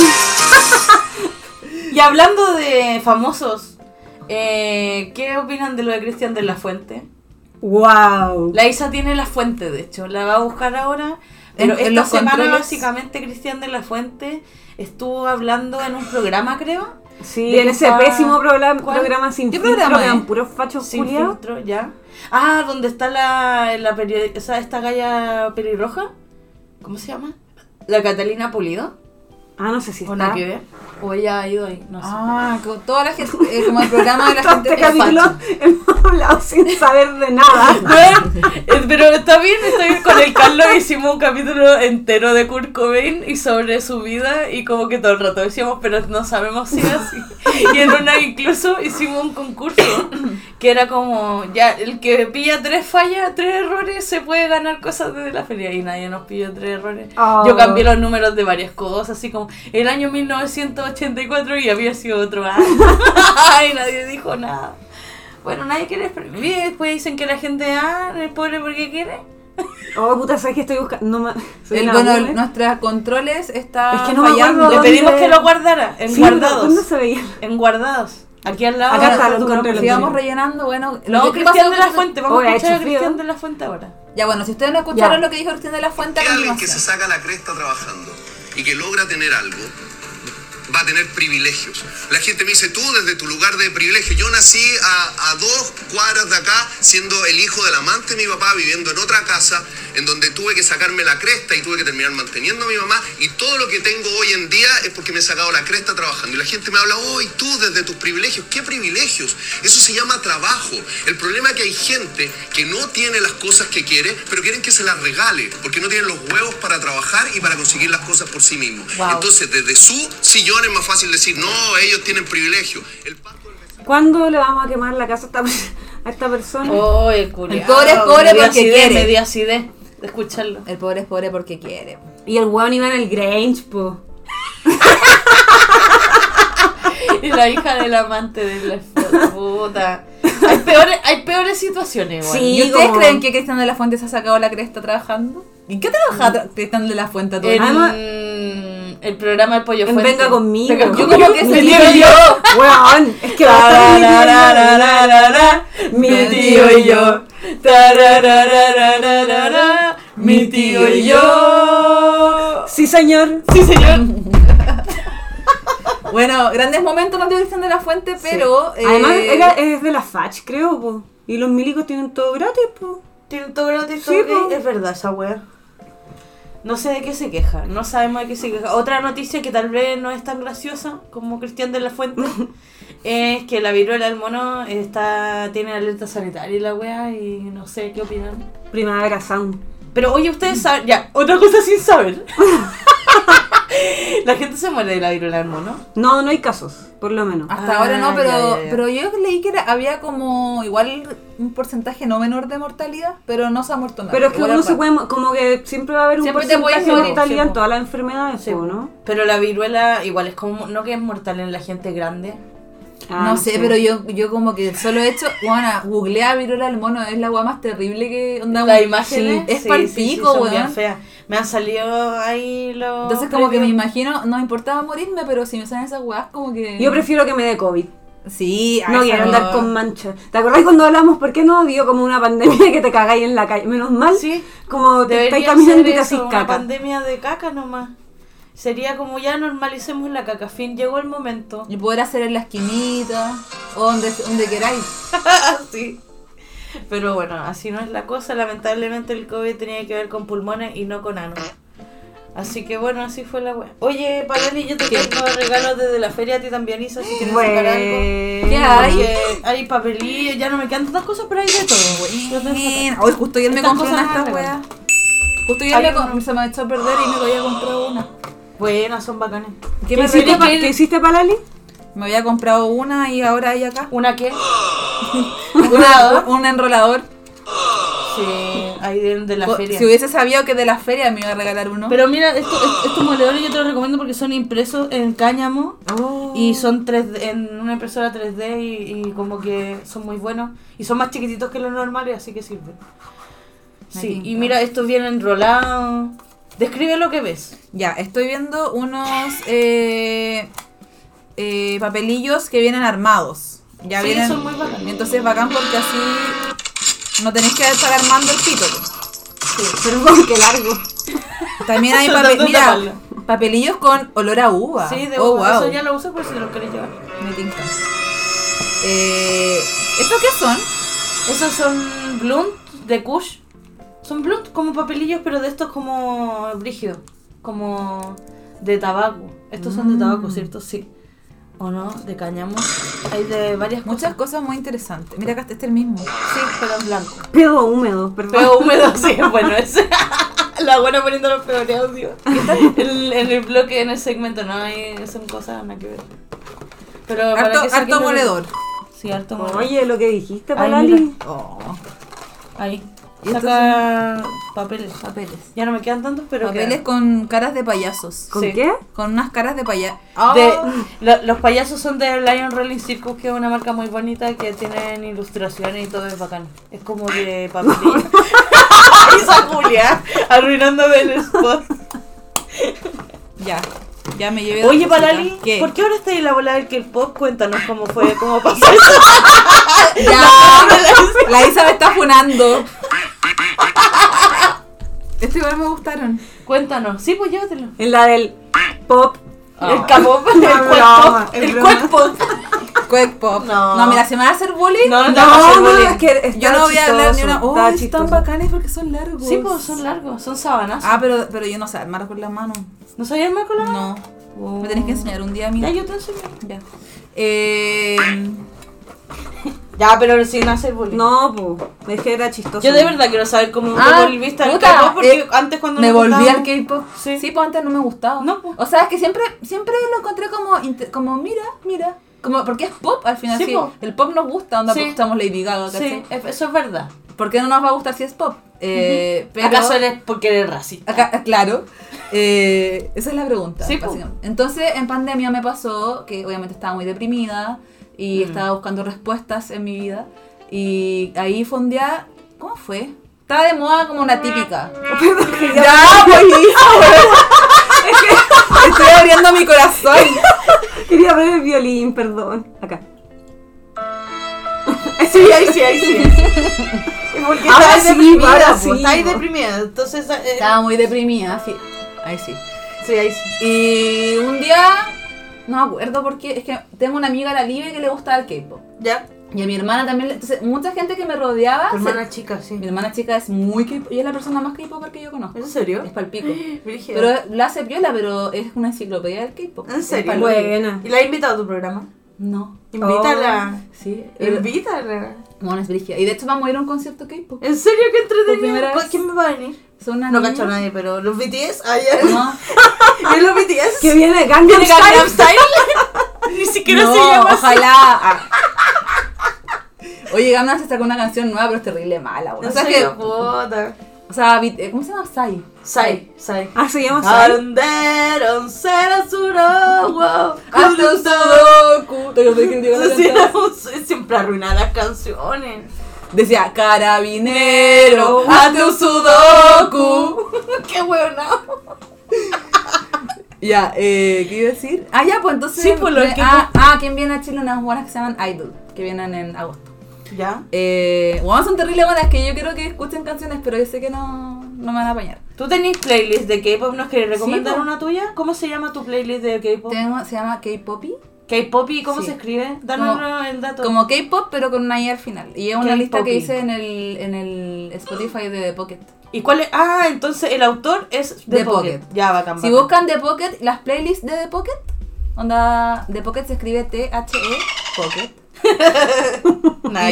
[SPEAKER 2] buena.
[SPEAKER 1] Y hablando de famosos, eh, ¿qué opinan de lo de Cristian de la Fuente?
[SPEAKER 3] ¡Wow!
[SPEAKER 1] La Isa tiene la fuente, de hecho, la va a buscar ahora.
[SPEAKER 2] En-
[SPEAKER 1] Pero
[SPEAKER 2] en
[SPEAKER 1] esta
[SPEAKER 2] los
[SPEAKER 1] semana,
[SPEAKER 2] controles.
[SPEAKER 1] básicamente, Cristian de la Fuente estuvo hablando en un programa, creo.
[SPEAKER 3] Sí,
[SPEAKER 1] ¿De
[SPEAKER 3] en
[SPEAKER 1] qué
[SPEAKER 3] ese
[SPEAKER 1] está?
[SPEAKER 3] pésimo prola-
[SPEAKER 1] ¿Cuál?
[SPEAKER 3] programa sin
[SPEAKER 2] ¿Qué
[SPEAKER 3] filtro
[SPEAKER 2] programa
[SPEAKER 3] que eran
[SPEAKER 2] es?
[SPEAKER 3] puros fachos
[SPEAKER 1] Sin
[SPEAKER 3] culiados.
[SPEAKER 1] filtro, ya. Ah, donde está la, la peri- o sea, esta galla pelirroja. ¿Cómo se llama? La Catalina Pulido.
[SPEAKER 3] Ah, no sé si
[SPEAKER 1] O
[SPEAKER 3] está.
[SPEAKER 1] nada que ver. O ella ha ido ahí, no sé.
[SPEAKER 2] Ah, con toda la gente. eh, como el programa de la
[SPEAKER 3] Todo
[SPEAKER 2] gente.
[SPEAKER 3] este
[SPEAKER 2] es
[SPEAKER 3] capítulo
[SPEAKER 2] facha.
[SPEAKER 3] hemos hablado sin saber de nada.
[SPEAKER 1] Bueno, eh, pero está bien, está bien. Con el Carlos hicimos un capítulo entero de Kurt Cobain y sobre su vida y como que todo el rato decíamos, pero no sabemos si es así. Y en una incluso hicimos un concurso que era como, ya, el que pilla tres fallas, tres errores, se puede ganar cosas desde la feria y nadie nos pilló tres errores.
[SPEAKER 3] Oh.
[SPEAKER 1] Yo cambié los números de varias cosas, así como el año 1984 y había sido otro año. y nadie dijo nada. Bueno, nadie quiere exprimir. Y Después dicen que la gente, ah, es pobre porque quiere.
[SPEAKER 3] Oh, puta, ¿sabes que estoy buscando? No, ma- soy
[SPEAKER 2] El,
[SPEAKER 3] una
[SPEAKER 2] bueno,
[SPEAKER 3] boomer.
[SPEAKER 2] nuestras controles está
[SPEAKER 3] Es que no me
[SPEAKER 2] fallando.
[SPEAKER 1] Le
[SPEAKER 3] ¿Dónde?
[SPEAKER 1] pedimos que lo guardara, en
[SPEAKER 3] Sí, ¿Dónde
[SPEAKER 1] guardados.
[SPEAKER 3] se veía?
[SPEAKER 1] En guardados. Aquí al lado.
[SPEAKER 3] Acá está, lo
[SPEAKER 1] tu
[SPEAKER 3] encontré,
[SPEAKER 1] nombre.
[SPEAKER 3] lo
[SPEAKER 2] Sigamos
[SPEAKER 3] encontré.
[SPEAKER 2] rellenando, bueno.
[SPEAKER 1] No,
[SPEAKER 2] lo que- ¿qué
[SPEAKER 1] Cristian
[SPEAKER 2] pasó
[SPEAKER 1] de la
[SPEAKER 2] con-
[SPEAKER 1] Fuente. Vamos
[SPEAKER 3] Hoy
[SPEAKER 1] a
[SPEAKER 3] "Oh, ha
[SPEAKER 1] escuchar a
[SPEAKER 3] hecho frío.
[SPEAKER 1] Cristian de la Fuente ahora.
[SPEAKER 2] Ya, bueno, si ustedes no escucharon
[SPEAKER 3] Ya.
[SPEAKER 2] lo que dijo Cristian de la Fuente, a
[SPEAKER 4] que alguien que se
[SPEAKER 2] continuación.
[SPEAKER 4] saca la cresta trabajando y que logra tener algo va a tener privilegios. La gente me dice, tú desde tu lugar de privilegio, yo nací a, a dos cuadras de acá siendo el hijo del amante de mi papá, viviendo en otra casa, en donde tuve que sacarme la cresta y tuve que terminar manteniendo a mi mamá, y todo lo que tengo hoy en día es porque me he sacado la cresta trabajando. Y la gente me habla, hoy tú desde tus privilegios, ¿qué privilegios? Eso se llama trabajo. El problema es que hay gente que no tiene las cosas que quiere, pero quieren que se las regale, porque no tienen los huevos para trabajar y para conseguir las cosas por sí mismos.
[SPEAKER 1] Wow.
[SPEAKER 4] Entonces, desde su sillón es más fácil decir, no, ellos tienen privilegio. El pacto del vecino-
[SPEAKER 3] ¿Cuándo le vamos a quemar la casa a esta, a esta persona?
[SPEAKER 1] Oh, el culiao.
[SPEAKER 2] El pobre es pobre
[SPEAKER 1] Me dio
[SPEAKER 2] porque
[SPEAKER 1] acidez,
[SPEAKER 2] quiere.
[SPEAKER 1] Me dio acidez de escucharlo.
[SPEAKER 2] El pobre es pobre porque quiere.
[SPEAKER 3] Y el weón iba en el Grange, po.
[SPEAKER 1] Y la hija del amante de la puta. Hay peores, hay peores situaciones, igual.
[SPEAKER 3] Sí,
[SPEAKER 2] ¿Y ustedes
[SPEAKER 3] como-
[SPEAKER 2] creen que Cristian de la Fuente se ha sacado la cresta trabajando? ¿En qué trabaja Cristian de la Fuente todo el
[SPEAKER 1] En
[SPEAKER 2] día?
[SPEAKER 3] Además-
[SPEAKER 1] el programa El Pollo
[SPEAKER 3] En
[SPEAKER 1] Fuente.
[SPEAKER 3] Venga Conmigo.
[SPEAKER 1] Ah, Venga
[SPEAKER 2] Yo
[SPEAKER 1] Conmigo.
[SPEAKER 2] como que
[SPEAKER 1] Me
[SPEAKER 2] sentí
[SPEAKER 1] dio
[SPEAKER 2] que-
[SPEAKER 1] yo.
[SPEAKER 3] Weón, es que va a estar en mi vida.
[SPEAKER 1] Tarararararara, Mi tío y yo. Tarararararara, Mi tío y yo.
[SPEAKER 3] Sí, señor.
[SPEAKER 1] Sí, señor.
[SPEAKER 2] Ah, Bueno, grandes momentos nos dio Cristian de la Fuente, pero... eh,
[SPEAKER 3] Además, era- es de la FACH, creo, po. Y los milicos tienen todo gratis, po.
[SPEAKER 1] Tiene todo gratis,
[SPEAKER 3] Sí,
[SPEAKER 1] todo
[SPEAKER 3] po.
[SPEAKER 1] gay. Eh, Es verdad esa wea. No sé de qué se queja, no sabemos de qué se queja. Otra noticia que tal vez no es tan graciosa como Cristian de la Fuente es que la viruela del mono está tiene alerta sanitaria y la wea y no sé qué opinan.
[SPEAKER 3] Primavera Sound.
[SPEAKER 1] Pero oye,
[SPEAKER 3] Mm.
[SPEAKER 1] ustedes saben. Ya, otra cosa sin saber. la gente se muere de la viruela del mono.
[SPEAKER 3] No, no hay casos, por lo menos.
[SPEAKER 2] Hasta
[SPEAKER 1] Ah,
[SPEAKER 2] ahora no, pero,
[SPEAKER 1] ya, ya, ya.
[SPEAKER 2] pero yo leí que era- había como igual un porcentaje no menor de mortalidad, pero no se ha muerto nadie.
[SPEAKER 3] Pero es que
[SPEAKER 2] Igual
[SPEAKER 3] uno
[SPEAKER 2] es
[SPEAKER 3] se
[SPEAKER 2] raro.
[SPEAKER 3] puede, mo- como que siempre va a haber un
[SPEAKER 2] Siempre te
[SPEAKER 3] porcentaje
[SPEAKER 2] puedes
[SPEAKER 3] de
[SPEAKER 2] morir,
[SPEAKER 3] mortalidad
[SPEAKER 2] sí,
[SPEAKER 3] en
[SPEAKER 2] po.
[SPEAKER 3] todas las enfermedades, po, ¿no?
[SPEAKER 1] Pero la viruela igual es como. No que es mortal en la gente grande.
[SPEAKER 3] Ah,
[SPEAKER 2] no sé, pero yo, yo como que solo he hecho, bueno, googleé viruela del mono, es la agua más terrible que onda.
[SPEAKER 1] La
[SPEAKER 2] un-
[SPEAKER 1] imagen
[SPEAKER 2] sí, es palpico, weón.
[SPEAKER 1] Me han salido ahí los.
[SPEAKER 2] Entonces como que me
[SPEAKER 1] premios.
[SPEAKER 2] imagino, no me importaba morirme, pero si me salen esas weas como que...
[SPEAKER 3] Yo prefiero que me dé COVID.
[SPEAKER 2] Sí, a
[SPEAKER 3] No
[SPEAKER 2] esa no.
[SPEAKER 3] quiero andar con manchas. ¿Te acordás cuando hablamos por qué no dio como una pandemia que te cagáis en la calle? Menos mal,
[SPEAKER 1] Sí.
[SPEAKER 3] como te
[SPEAKER 1] Debería
[SPEAKER 3] estáis caminando y te
[SPEAKER 1] ser
[SPEAKER 3] hacís
[SPEAKER 1] eso, una
[SPEAKER 3] caca.
[SPEAKER 1] pandemia de caca nomás. Sería como ya normalicemos la caca. Fin, llegó el momento.
[SPEAKER 2] Y poder hacer en la esquinita, o donde, donde queráis. Ah,
[SPEAKER 1] sí. Pero bueno, así no es la cosa. Lamentablemente el COVID tenía que ver con pulmones y no con ano. Así que bueno, así fue la wea. Oye, Palani, yo te tengo regalos desde la feria a ti también, Isa, si quieres sacar algo.
[SPEAKER 2] ¿Qué
[SPEAKER 3] Bueno.
[SPEAKER 2] hay?
[SPEAKER 1] Porque hay papelillos, ya no me quedan tantas cosas, pero hay de todo, wey. Yo tengo que
[SPEAKER 2] Bien.
[SPEAKER 1] sacar.
[SPEAKER 2] Hoy justo ayer me
[SPEAKER 1] Estas
[SPEAKER 2] compré una
[SPEAKER 1] cosas
[SPEAKER 2] de estas
[SPEAKER 1] me
[SPEAKER 2] weas.
[SPEAKER 1] regalan.
[SPEAKER 2] Justo ayer
[SPEAKER 1] Hay
[SPEAKER 2] me
[SPEAKER 1] uno.
[SPEAKER 2] com- se me echó a perder y me había comprado una.
[SPEAKER 1] Buenas, son bacanes.
[SPEAKER 2] ¿Qué
[SPEAKER 3] ¿Qué
[SPEAKER 2] me
[SPEAKER 3] hiciste,
[SPEAKER 2] regaló?
[SPEAKER 3] pa- ¿Qué hiciste para Lali?
[SPEAKER 2] Me había comprado una y ahora hay acá.
[SPEAKER 1] ¿Una qué?
[SPEAKER 2] Un enrolador. Un enrolador.
[SPEAKER 1] Sí, ahí de, de la
[SPEAKER 2] O-
[SPEAKER 1] feria.
[SPEAKER 2] Si hubiese sabido que de la feria me iba a regalar uno.
[SPEAKER 1] Pero mira, esto- est- estos moledores yo te los recomiendo porque son impresos en cáñamo
[SPEAKER 2] Oh.
[SPEAKER 1] y son 3D, en una impresora 3D y, y como que son muy buenos y son más chiquititos que los normales, así que sirven. Sí, y
[SPEAKER 2] tinca.
[SPEAKER 1] mira, estos vienen enrolados. Describe lo que ves.
[SPEAKER 2] Ya, estoy viendo unos eh, eh, papelillos que vienen armados. Ya
[SPEAKER 1] Sí,
[SPEAKER 2] vienen.
[SPEAKER 1] son muy bacanes.
[SPEAKER 2] Entonces bacán porque así no tenéis que estar armando el pito. pues.
[SPEAKER 3] Perdón, qué largo.
[SPEAKER 2] También hay
[SPEAKER 1] Tratando
[SPEAKER 2] papel,
[SPEAKER 1] de
[SPEAKER 2] mira,
[SPEAKER 1] taparlo.
[SPEAKER 2] papelillos con olor a uva.
[SPEAKER 1] Sí, de
[SPEAKER 2] oh,
[SPEAKER 1] uva.
[SPEAKER 2] wow.
[SPEAKER 1] Eso ya lo uso por si te los querés llevar.
[SPEAKER 2] Me tinca. Eh, ¿Estos qué son?
[SPEAKER 1] Esos son blunt de Kush. Son blunt como papelillos, pero de estos como brígidos. Como de tabaco. Estos son de
[SPEAKER 2] Mm.
[SPEAKER 1] tabaco, ¿cierto? Sí. ¿O no? De cáñamo. Hay de varias
[SPEAKER 2] Muchas cosas muy interesantes. Mira acá este es el mismo.
[SPEAKER 1] cosas. Sí, pero en blanco.
[SPEAKER 3] Pedo húmedo, perdón.
[SPEAKER 1] Pero húmedo, sí, bueno, es la buena poniendo los peores audios. En, en el bloque, en el segmento, no hay. Son cosas nada que ver. Pero para
[SPEAKER 2] Harto,
[SPEAKER 1] que saquen
[SPEAKER 2] harto
[SPEAKER 1] los-
[SPEAKER 2] moledor.
[SPEAKER 1] Sí, harto moledor.
[SPEAKER 3] Oye, lo que dijiste
[SPEAKER 1] Ay,
[SPEAKER 3] para
[SPEAKER 1] mira.
[SPEAKER 3] Lali.
[SPEAKER 2] Oh,
[SPEAKER 1] Ahí.
[SPEAKER 2] Y estos
[SPEAKER 1] Saca papeles.
[SPEAKER 2] papeles.
[SPEAKER 1] Ya no me quedan tantos, pero.
[SPEAKER 2] Papeles
[SPEAKER 1] quedan.
[SPEAKER 2] con caras de payasos.
[SPEAKER 3] ¿Con
[SPEAKER 1] Sí.
[SPEAKER 3] qué?
[SPEAKER 2] Con unas caras de payasos.
[SPEAKER 1] De- lo- los payasos son de Lion Rolling Circus, que es una marca muy bonita que tienen ilustraciones y todo es bacán. Es como de papelillo. Esa Julia, arruinándome el spot.
[SPEAKER 2] Ya, ya me llevé.
[SPEAKER 1] Oye,
[SPEAKER 2] dos cositas.
[SPEAKER 1] Palali,
[SPEAKER 2] ¿Qué?
[SPEAKER 1] ¿por qué ahora está en la bola del K-pop? Cuéntanos cómo fue, cómo pasó eso.
[SPEAKER 2] Ya, la Isa me está funando. Estos Este igual me gustaron.
[SPEAKER 1] Cuéntanos. Sí, pues llévatelo.
[SPEAKER 3] En la del pop.
[SPEAKER 1] El K-pop, el
[SPEAKER 3] No, broma,
[SPEAKER 1] K-pop,
[SPEAKER 3] es
[SPEAKER 1] el
[SPEAKER 3] broma.
[SPEAKER 1] K-pop.
[SPEAKER 2] Quake pop.
[SPEAKER 1] No.
[SPEAKER 2] mira, se me va a hacer bullying.
[SPEAKER 1] No,
[SPEAKER 3] No,
[SPEAKER 1] te vas a hacer
[SPEAKER 3] no,
[SPEAKER 1] bullying.
[SPEAKER 3] es que está
[SPEAKER 2] Yo no voy a hablar ni
[SPEAKER 3] chistoso,
[SPEAKER 2] una. Oh,
[SPEAKER 3] está
[SPEAKER 2] están
[SPEAKER 3] chistoso.
[SPEAKER 2] bacanes porque son largos.
[SPEAKER 1] Sí, pues son largos, son sábanas.
[SPEAKER 2] Ah, pero, pero yo no sé armar con la mano.
[SPEAKER 1] ¿No sabías más con la
[SPEAKER 2] No.
[SPEAKER 1] Oh.
[SPEAKER 2] Me tenés que enseñar un día,
[SPEAKER 1] Ya,
[SPEAKER 2] mira.
[SPEAKER 1] yo te enseño.
[SPEAKER 2] Ya. Eh,
[SPEAKER 1] Ya, pero sin hacer bullying.
[SPEAKER 3] No, po. Es que era chistoso.
[SPEAKER 1] Yo de verdad quiero saber cómo
[SPEAKER 2] Ah,
[SPEAKER 1] te volviste al
[SPEAKER 2] puta,
[SPEAKER 1] K-pop porque
[SPEAKER 2] eh,
[SPEAKER 1] antes cuando
[SPEAKER 2] me
[SPEAKER 1] nos
[SPEAKER 2] volví al
[SPEAKER 1] juntábamos-
[SPEAKER 2] K-pop.
[SPEAKER 1] Sí.
[SPEAKER 2] Sí. pues antes no me gustaba.
[SPEAKER 1] No, pues.
[SPEAKER 2] O sea, es que siempre, siempre lo encontré como, inte- como mira, mira. Como, porque es pop al final.
[SPEAKER 1] Sí,
[SPEAKER 2] Sí,
[SPEAKER 1] po.
[SPEAKER 2] El pop nos gusta, onda,
[SPEAKER 1] Sí.
[SPEAKER 2] porque estamos Lady Gaga,
[SPEAKER 1] Sí,
[SPEAKER 2] ¿cachai?
[SPEAKER 1] es- eso es verdad.
[SPEAKER 2] ¿Por qué no nos va a gustar si es pop? Eh, pero-
[SPEAKER 1] ¿Acaso eres porque eres racista?
[SPEAKER 2] Acá, claro. Eh, esa es la pregunta.
[SPEAKER 1] Sí, pues. po.
[SPEAKER 2] básicamente. Entonces, en pandemia me pasó que obviamente estaba muy deprimida y
[SPEAKER 1] Mm.
[SPEAKER 2] estaba buscando respuestas en mi vida. Y ahí fue un día. ¿Cómo fue? Estaba de moda como una típica. ya, pues Lisa, weón. Estoy abriendo mi corazón.
[SPEAKER 3] Quería ver el violín, perdón. Acá.
[SPEAKER 1] Sí, ahí sí, ahí sí.
[SPEAKER 3] Porque
[SPEAKER 1] Ahora
[SPEAKER 3] estaba
[SPEAKER 1] sí,
[SPEAKER 3] así,
[SPEAKER 1] deprimida,
[SPEAKER 3] ahora
[SPEAKER 1] po,
[SPEAKER 3] sí,
[SPEAKER 1] Está ahí
[SPEAKER 3] po.
[SPEAKER 1] deprimida, entonces... eh,
[SPEAKER 2] Estaba muy deprimida, sí. Ahí sí.
[SPEAKER 1] sí, ahí sí.
[SPEAKER 2] Y un día. No me acuerdo porque es que tengo una amiga, la Live, que le gustaba el K-pop.
[SPEAKER 1] Ya.
[SPEAKER 2] Y a mi hermana también, le- entonces mucha gente que me
[SPEAKER 5] Ah,
[SPEAKER 2] rodeaba,
[SPEAKER 3] Tu
[SPEAKER 2] se-
[SPEAKER 3] hermana chica, sí.
[SPEAKER 2] mi hermana chica es muy K-pop y es la persona más K-pop que yo conozco.
[SPEAKER 5] ¿En serio?
[SPEAKER 2] Es palpico.
[SPEAKER 5] Brígida.
[SPEAKER 2] Pero la hace piola, pero es una enciclopedia del K-pop.
[SPEAKER 5] ¿En serio?
[SPEAKER 2] Es pal-
[SPEAKER 3] Buena.
[SPEAKER 5] "Ah, ¿Y la has invitado a tu programa?
[SPEAKER 2] No.
[SPEAKER 5] Invítala.
[SPEAKER 2] Sí. el-
[SPEAKER 5] Oh. Invítala.
[SPEAKER 2] Bueno, es brígida. Y de hecho vamos a ir a un concierto K-pop.
[SPEAKER 5] ¿En serio que entretenido?
[SPEAKER 2] Por primera
[SPEAKER 5] ¿Cu-
[SPEAKER 2] vez.
[SPEAKER 5] ¿Quién me va a venir?
[SPEAKER 2] Son unas
[SPEAKER 5] Ah, No
[SPEAKER 2] niñas-
[SPEAKER 5] cacho a nadie, pero los BTS. Ah, ya.
[SPEAKER 2] No.
[SPEAKER 5] ¿Y los BTS?
[SPEAKER 3] Que viene Gangnam Style.
[SPEAKER 1] Ni siquiera
[SPEAKER 2] no,
[SPEAKER 1] se llama así.
[SPEAKER 2] ojalá. Ah. Oye, Gamma se sacó una canción nueva, pero es terrible mala, weón.
[SPEAKER 5] No
[SPEAKER 2] O sea,
[SPEAKER 5] sé
[SPEAKER 2] que,
[SPEAKER 5] qué puta.
[SPEAKER 2] o sea, vi- eh, ¿cómo se llama Sai?
[SPEAKER 5] Sai, Sai.
[SPEAKER 3] Ah, se llama Sai.
[SPEAKER 5] Anderon, serasuro, wow.
[SPEAKER 2] Sudoku. ¿Te acordás que le llegó la canción?
[SPEAKER 5] Siempre arruinar las canciones.
[SPEAKER 2] Decía, carabinero, hazte un sudoku.
[SPEAKER 5] Qué huevona.
[SPEAKER 2] Ya, eh, ¿qué iba a decir? Ah, ya, pues entonces.
[SPEAKER 1] Sí, pues, lo
[SPEAKER 2] me-
[SPEAKER 1] que-
[SPEAKER 2] ah, ah, ¿quién viene a Chile? Unas buenas que se llaman Idol, que vienen en agosto.
[SPEAKER 5] ¿Ya?
[SPEAKER 2] Eh, bueno, son terribles buenas que yo quiero que escuchen canciones, pero yo sé que no, no me van a apañar.
[SPEAKER 1] ¿Tú tenés playlist de K-pop? ¿Nos querés recomendar
[SPEAKER 2] po.
[SPEAKER 1] una tuya? ¿Cómo se llama tu playlist de K-pop?
[SPEAKER 2] Tengo, se llama K-Poppy.
[SPEAKER 1] ¿K-pop y cómo
[SPEAKER 2] Sí.
[SPEAKER 1] se escribe? Danos
[SPEAKER 2] Como-
[SPEAKER 1] el dato.
[SPEAKER 2] Como K-pop, pero con una I al final. Y es una lista que
[SPEAKER 1] K-poppy.
[SPEAKER 2] hice en el, en el Spotify de The Pocket.
[SPEAKER 1] ¿Y cuál es? Ah, entonces el autor es The,
[SPEAKER 2] The
[SPEAKER 1] Pocket.
[SPEAKER 2] Pocket.
[SPEAKER 1] Ya, Ah, bacán,
[SPEAKER 2] Si
[SPEAKER 1] bacán.
[SPEAKER 2] buscan The Pocket, las playlists de The Pocket, onda, The Pocket se escribe T-H-E, Pocket.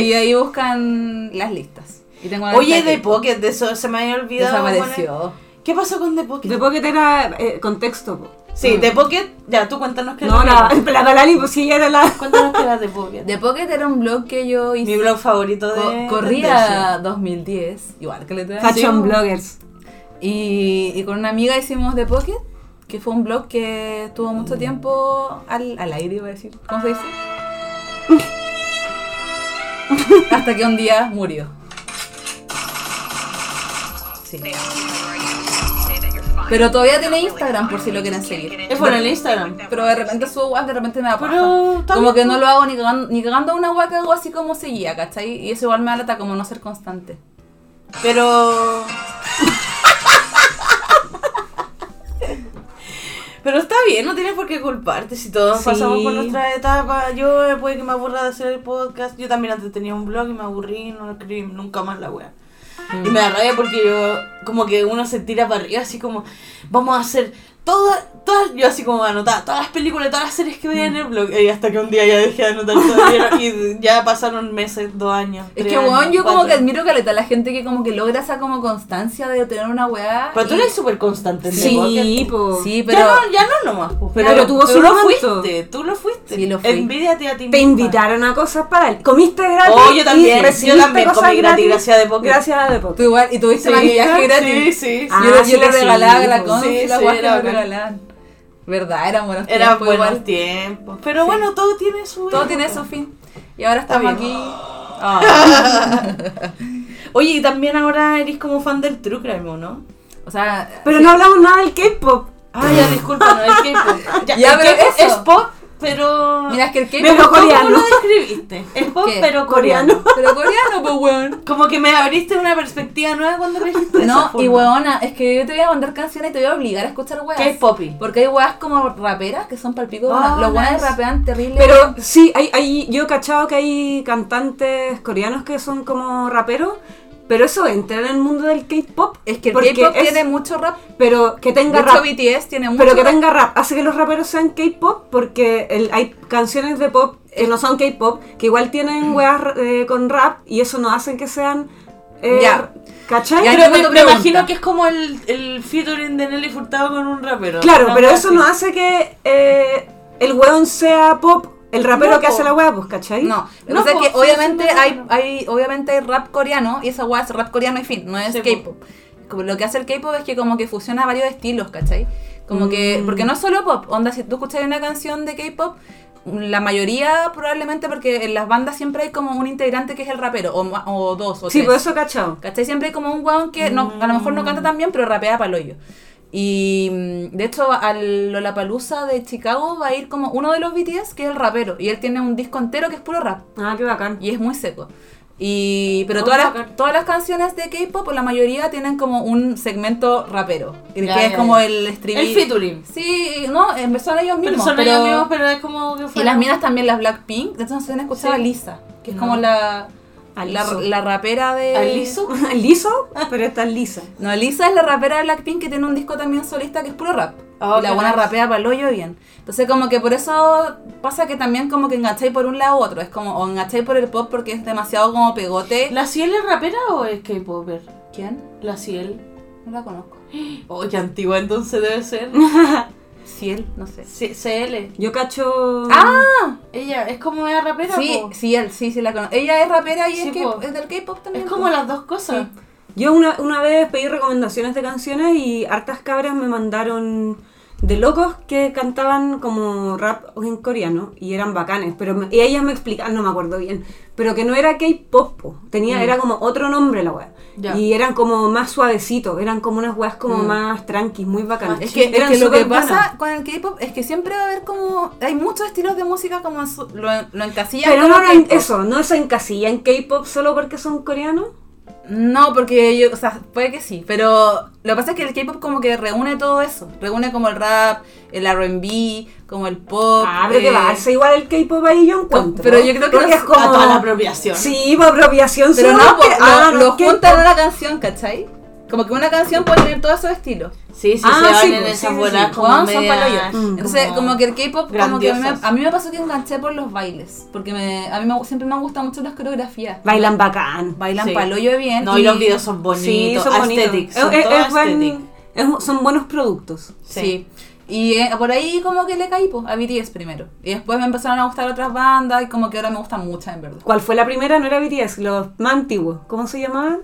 [SPEAKER 2] Y ahí buscan las listas. Y tengo una
[SPEAKER 1] Oye,
[SPEAKER 2] lista
[SPEAKER 1] The
[SPEAKER 2] de K-pop.
[SPEAKER 1] Pocket, de eso se me había olvidado. poner.
[SPEAKER 2] Desapareció.
[SPEAKER 1] ¿Qué pasó con The Pocket?
[SPEAKER 3] De Pocket era eh, contexto. po.
[SPEAKER 2] Mm.
[SPEAKER 1] Sí, The Pocket, ya, tú cuéntanos qué
[SPEAKER 3] No,
[SPEAKER 1] era.
[SPEAKER 3] la, la Dalali, pues sí, era la.
[SPEAKER 1] Cuéntanos qué era The Pocket.
[SPEAKER 2] The Pocket era un blog que yo
[SPEAKER 1] Mi
[SPEAKER 2] hice.
[SPEAKER 1] blog favorito
[SPEAKER 2] co-
[SPEAKER 1] de...
[SPEAKER 2] corría 2010, igual que le tengo.
[SPEAKER 3] Fashion bloggers.
[SPEAKER 2] Y, y con una amiga hicimos The Pocket, que fue un blog que estuvo mucho tiempo al, al aire, iba a decir. ¿Cómo se dice? Hasta que un día murió. Sí. Pero todavía tiene Instagram por si lo quieren seguir.
[SPEAKER 1] Es por el Instagram.
[SPEAKER 2] Pero de repente subo guas, de repente me da paja.
[SPEAKER 1] Pero está
[SPEAKER 2] Como que
[SPEAKER 1] bien.
[SPEAKER 2] no lo hago ni cagando, ni cagando una guas que hago así como seguía, ¿cachai? Y eso igual me alata como no ser constante.
[SPEAKER 1] Pero... Pero está bien, no tienes por qué culparte si todos
[SPEAKER 3] Sí.
[SPEAKER 1] pasamos por nuestra etapa. Yo eh, puede que me aburra de hacer el podcast. Yo también antes tenía un blog y me aburrí, no escribí nunca más la wea. Y me da
[SPEAKER 2] Mm.
[SPEAKER 1] rabia porque yo, como que uno se tira para arriba, así como, vamos a hacer todas, todas, yo así como anotar todas las películas, todas las series que veía en el blog. Y hasta que un día ya dejé de anotar todo y ya pasaron meses, dos años.
[SPEAKER 2] Es
[SPEAKER 1] tres
[SPEAKER 2] que, weón,
[SPEAKER 1] años,
[SPEAKER 2] yo como
[SPEAKER 1] cuatro.
[SPEAKER 2] que admiro caleta a la gente que como que logra esa como constancia de tener una weá.
[SPEAKER 1] Pero tú
[SPEAKER 2] y-
[SPEAKER 1] eres súper constante en
[SPEAKER 3] Sí,
[SPEAKER 1] The Pocket.
[SPEAKER 3] po.
[SPEAKER 2] Sí, pero...
[SPEAKER 1] Ya no, ya no nomás, pues, pero,
[SPEAKER 3] Claro, tuvo
[SPEAKER 1] tú
[SPEAKER 3] su
[SPEAKER 1] lo
[SPEAKER 3] momento.
[SPEAKER 1] fuiste, tú lo fuiste.
[SPEAKER 2] Sí, lo fui.
[SPEAKER 1] Envídiate a ti
[SPEAKER 3] Te
[SPEAKER 1] misma.
[SPEAKER 3] invitaron a cosas para el. Comiste gratis.
[SPEAKER 1] Oh, yo también,
[SPEAKER 3] y
[SPEAKER 1] yo
[SPEAKER 3] recibiste
[SPEAKER 1] también
[SPEAKER 3] cosas
[SPEAKER 1] comí gratis,
[SPEAKER 3] gratis.
[SPEAKER 1] gracias a The Pocket.
[SPEAKER 3] Gracias a The Pocket.
[SPEAKER 2] Tú igual, y tuviste
[SPEAKER 1] Sí,
[SPEAKER 2] maquillaje gratis.
[SPEAKER 1] Sí, sí, sí.
[SPEAKER 3] Ah,
[SPEAKER 2] yo yo
[SPEAKER 3] sí
[SPEAKER 2] le
[SPEAKER 3] que sí,
[SPEAKER 2] regalaba la
[SPEAKER 3] po.
[SPEAKER 2] con
[SPEAKER 1] Sí,
[SPEAKER 2] la
[SPEAKER 1] sí,
[SPEAKER 2] weá que
[SPEAKER 1] era
[SPEAKER 2] me
[SPEAKER 1] bacán.
[SPEAKER 2] regalaban. Verdad, eran buenos
[SPEAKER 1] Eran
[SPEAKER 2] tiempos,
[SPEAKER 1] buenos
[SPEAKER 2] igual.
[SPEAKER 1] tiempos. Pero bueno, todo tiene su
[SPEAKER 2] Todo
[SPEAKER 1] época.
[SPEAKER 2] tiene su fin. Y ahora estamos
[SPEAKER 1] bien.
[SPEAKER 2] aquí. Ah.
[SPEAKER 1] Oye, y también ahora eres como fan del True Crime, ¿o no?
[SPEAKER 2] o sea,
[SPEAKER 3] Pero no hablamos nada del K-pop.
[SPEAKER 1] Ah, ya, disculpa, no es K-pop.
[SPEAKER 2] Ya,
[SPEAKER 1] el
[SPEAKER 2] pero
[SPEAKER 1] K-pop
[SPEAKER 2] eso.
[SPEAKER 1] es pop, pero...
[SPEAKER 2] mira, es que el K-pop...
[SPEAKER 3] Me
[SPEAKER 1] ¿Cómo-
[SPEAKER 3] tocó
[SPEAKER 1] ¿Cómo
[SPEAKER 3] coreano.
[SPEAKER 1] lo describiste? Es pop,
[SPEAKER 2] ¿Qué?
[SPEAKER 1] pero coreano.
[SPEAKER 2] Pero coreano, pues, weón.
[SPEAKER 1] Como que me abriste una perspectiva nueva cuando me dijiste de esa
[SPEAKER 2] No, y
[SPEAKER 1] forma.
[SPEAKER 2] weona, es que yo te voy a mandar canciones y te voy a obligar a escuchar weas.
[SPEAKER 1] ¿Qué es poppy?
[SPEAKER 2] Porque hay weas como raperas que son palpico.
[SPEAKER 1] Ah,
[SPEAKER 2] los weones
[SPEAKER 1] nice.
[SPEAKER 2] rapean terrible.
[SPEAKER 3] Pero sí, hay, hay, yo he cachado que hay cantantes coreanos que son como raperos, pero eso entra en el mundo del K-pop.
[SPEAKER 2] es que el
[SPEAKER 3] porque
[SPEAKER 2] K-pop
[SPEAKER 3] es-
[SPEAKER 2] tiene mucho rap.
[SPEAKER 3] Pero que
[SPEAKER 2] De
[SPEAKER 3] tenga
[SPEAKER 2] hecho,
[SPEAKER 3] rap.
[SPEAKER 2] BTS tiene mucho
[SPEAKER 3] Pero que
[SPEAKER 2] rap.
[SPEAKER 3] tenga rap. Hace que los raperos sean K-pop porque el- hay canciones de pop que no son K-pop, que igual tienen weas eh, con rap y eso no hacen que sean. eh,
[SPEAKER 2] Ya.
[SPEAKER 3] ¿Cachai?
[SPEAKER 2] Ya,
[SPEAKER 3] Pero-
[SPEAKER 1] Pero
[SPEAKER 2] tengo
[SPEAKER 1] me,
[SPEAKER 2] tu
[SPEAKER 1] me
[SPEAKER 2] pregunta.
[SPEAKER 1] imagino que es como el, el featuring de Nelly Furtado con un rapero.
[SPEAKER 3] claro,
[SPEAKER 1] Una
[SPEAKER 3] pero
[SPEAKER 1] wea
[SPEAKER 3] eso
[SPEAKER 1] así.
[SPEAKER 3] no hace que eh, el weón sea pop, el rapero
[SPEAKER 1] No,
[SPEAKER 3] que hace
[SPEAKER 1] po.
[SPEAKER 3] la wea, pues, ¿cachai?
[SPEAKER 2] No, lo
[SPEAKER 1] No,
[SPEAKER 2] que pasa
[SPEAKER 1] pues,
[SPEAKER 2] es
[SPEAKER 1] sí,
[SPEAKER 2] que obviamente
[SPEAKER 1] sí, no,
[SPEAKER 2] hay,
[SPEAKER 1] no.
[SPEAKER 2] hay, obviamente hay rap coreano y esa wea es rap coreano y fin, no es
[SPEAKER 1] Sí, pues.
[SPEAKER 2] K-pop. Como Lo que hace el K-pop es que como que fusiona varios estilos, ¿cachai? Como que,
[SPEAKER 1] Mm.
[SPEAKER 2] porque no es solo pop, onda, si tú escuchas una canción de K-pop, la mayoría probablemente porque en las bandas siempre hay como un integrante que es el rapero, o, ma- o dos, o
[SPEAKER 3] Sí,
[SPEAKER 2] tres.
[SPEAKER 3] por
[SPEAKER 1] pues,
[SPEAKER 3] eso he cachado.
[SPEAKER 2] ¿Cachai? Siempre hay como un weón que no, a lo mejor no canta tan bien, pero rapea para hoyo. Y mm, de hecho, al Lollapalooza de Chicago va a ir como uno de los BTS, que es el rapero. Y él tiene un disco entero que es puro rap.
[SPEAKER 3] Ah, qué bacán.
[SPEAKER 2] Y es muy seco. Y, pero
[SPEAKER 1] Vamos a
[SPEAKER 2] todas las,
[SPEAKER 1] sacar.
[SPEAKER 2] todas las canciones de K-pop, la mayoría tienen como un segmento rapero. El
[SPEAKER 1] Ya,
[SPEAKER 2] que
[SPEAKER 1] ya,
[SPEAKER 2] es como
[SPEAKER 1] ya.
[SPEAKER 2] el stream.
[SPEAKER 1] El featuring.
[SPEAKER 2] Sí, no, empezaron ellos
[SPEAKER 5] Ah,
[SPEAKER 1] Pero
[SPEAKER 2] mismos.
[SPEAKER 1] son
[SPEAKER 2] pero-
[SPEAKER 1] ellos mismos, pero es como que
[SPEAKER 2] y
[SPEAKER 1] fuera-
[SPEAKER 2] las minas también, las Blackpink. De hecho, se han escuchado
[SPEAKER 1] Sí.
[SPEAKER 2] a Lisa. que es
[SPEAKER 1] No.
[SPEAKER 2] como la, la,
[SPEAKER 3] Aliso.
[SPEAKER 2] la rapera
[SPEAKER 1] Eh,
[SPEAKER 2] de...
[SPEAKER 1] ¿Aliso?
[SPEAKER 3] ¿Liso? Pero está lisa.
[SPEAKER 2] No, Lisa es la rapera de Blackpink que tiene un disco también solista que es puro rap.
[SPEAKER 1] Ah,
[SPEAKER 2] Y la
[SPEAKER 1] qué
[SPEAKER 2] buena
[SPEAKER 1] nice.
[SPEAKER 2] rapea para el hoyo bien. Entonces como que por eso pasa que también como que engancháis por un lado u otro. Es como o engancháis por el pop porque es demasiado como pegote.
[SPEAKER 1] ¿La Ciel es rapera o es K-Popper?
[SPEAKER 2] ¿Quién?
[SPEAKER 1] La Ciel.
[SPEAKER 2] No la conozco.
[SPEAKER 1] Oh, qué antigua entonces debe ser.
[SPEAKER 2] Ciel, no sé.
[SPEAKER 1] C- CL.
[SPEAKER 3] Yo cacho.
[SPEAKER 2] ¡Ah!
[SPEAKER 1] Ella es como es rapera.
[SPEAKER 2] Sí,
[SPEAKER 1] po.
[SPEAKER 2] Ciel, sí, sí la conozco. Ella es rapera y
[SPEAKER 1] Sí,
[SPEAKER 2] es, que,
[SPEAKER 1] po.
[SPEAKER 2] es del K-pop también.
[SPEAKER 1] Es como
[SPEAKER 2] po.
[SPEAKER 1] las dos cosas.
[SPEAKER 3] Yo una, una vez pedí recomendaciones de canciones y hartas cabras me mandaron de locos que cantaban como rap en coreano y eran bacanes, pero me- y ellas me explicaban, no me acuerdo bien, pero que no era K-pop, po,
[SPEAKER 2] Mm.
[SPEAKER 3] tenía era como otro nombre la wea.
[SPEAKER 1] Ya.
[SPEAKER 3] Y eran como más suavecitos, eran como unas weas como más tranquis, muy bacanas.
[SPEAKER 2] Es que, Mm. es
[SPEAKER 3] eran
[SPEAKER 2] que lo que
[SPEAKER 3] súper buenas.
[SPEAKER 2] pasa con el K-pop es que siempre va a haber como. Hay muchos estilos de música como en su- lo, lo encasillan.
[SPEAKER 3] Pero
[SPEAKER 2] como
[SPEAKER 3] no, no,
[SPEAKER 2] K-pop.
[SPEAKER 3] eso, no se encasilla en K-pop solo porque son coreanos.
[SPEAKER 2] No, porque yo. O sea, puede que sí. Pero lo que pasa es que el K-pop como que reúne todo eso. Reúne como el rap, el RB, como el pop.
[SPEAKER 3] Ah, pero que
[SPEAKER 2] eh,
[SPEAKER 3] darse igual el K-pop ahí yo encuentro.
[SPEAKER 2] pero yo creo que
[SPEAKER 3] Porque
[SPEAKER 2] no-
[SPEAKER 3] es como...
[SPEAKER 1] A toda la apropiación.
[SPEAKER 3] Sí, por apropiación.
[SPEAKER 2] Pero
[SPEAKER 3] sí,
[SPEAKER 2] no, po,
[SPEAKER 3] porque-
[SPEAKER 2] lo,
[SPEAKER 3] ah,
[SPEAKER 2] lo
[SPEAKER 3] que-
[SPEAKER 2] juntan en una canción, ¿cachai? Como que una canción puede tener todos esos estilos.
[SPEAKER 1] Sí, sí,
[SPEAKER 3] Ah,
[SPEAKER 1] se van
[SPEAKER 3] sí,
[SPEAKER 1] en
[SPEAKER 3] pues, sí,
[SPEAKER 1] esas
[SPEAKER 3] sí,
[SPEAKER 1] bolas
[SPEAKER 3] sí.
[SPEAKER 1] como Mm.
[SPEAKER 2] Juan, son
[SPEAKER 1] medias,
[SPEAKER 2] palo yo. Entonces, como que el K-pop, como que a mí, me,
[SPEAKER 1] grandiosas.
[SPEAKER 2] a mí me pasó que enganché por los bailes. Porque me, a mí me- siempre me han gustado mucho las coreografías.
[SPEAKER 3] Bailan bacán.
[SPEAKER 2] Bailan
[SPEAKER 1] Sí.
[SPEAKER 2] palo yo bien.
[SPEAKER 1] No, y los videos son bonitos.
[SPEAKER 3] sí, son bonitos.
[SPEAKER 1] aesthetic, son
[SPEAKER 3] Es- es-
[SPEAKER 1] todo
[SPEAKER 3] es buen-
[SPEAKER 1] aesthetic.
[SPEAKER 3] es- son buenos productos.
[SPEAKER 2] Sí.
[SPEAKER 1] Sí.
[SPEAKER 2] Y eh, por ahí como que le caí po, a BTS primero. Y después me empezaron a gustar otras bandas y como que ahora me gustan muchas en verdad.
[SPEAKER 3] ¿Cuál fue la primera? No era BTS, los más antiguos. ¿Cómo se llamaban?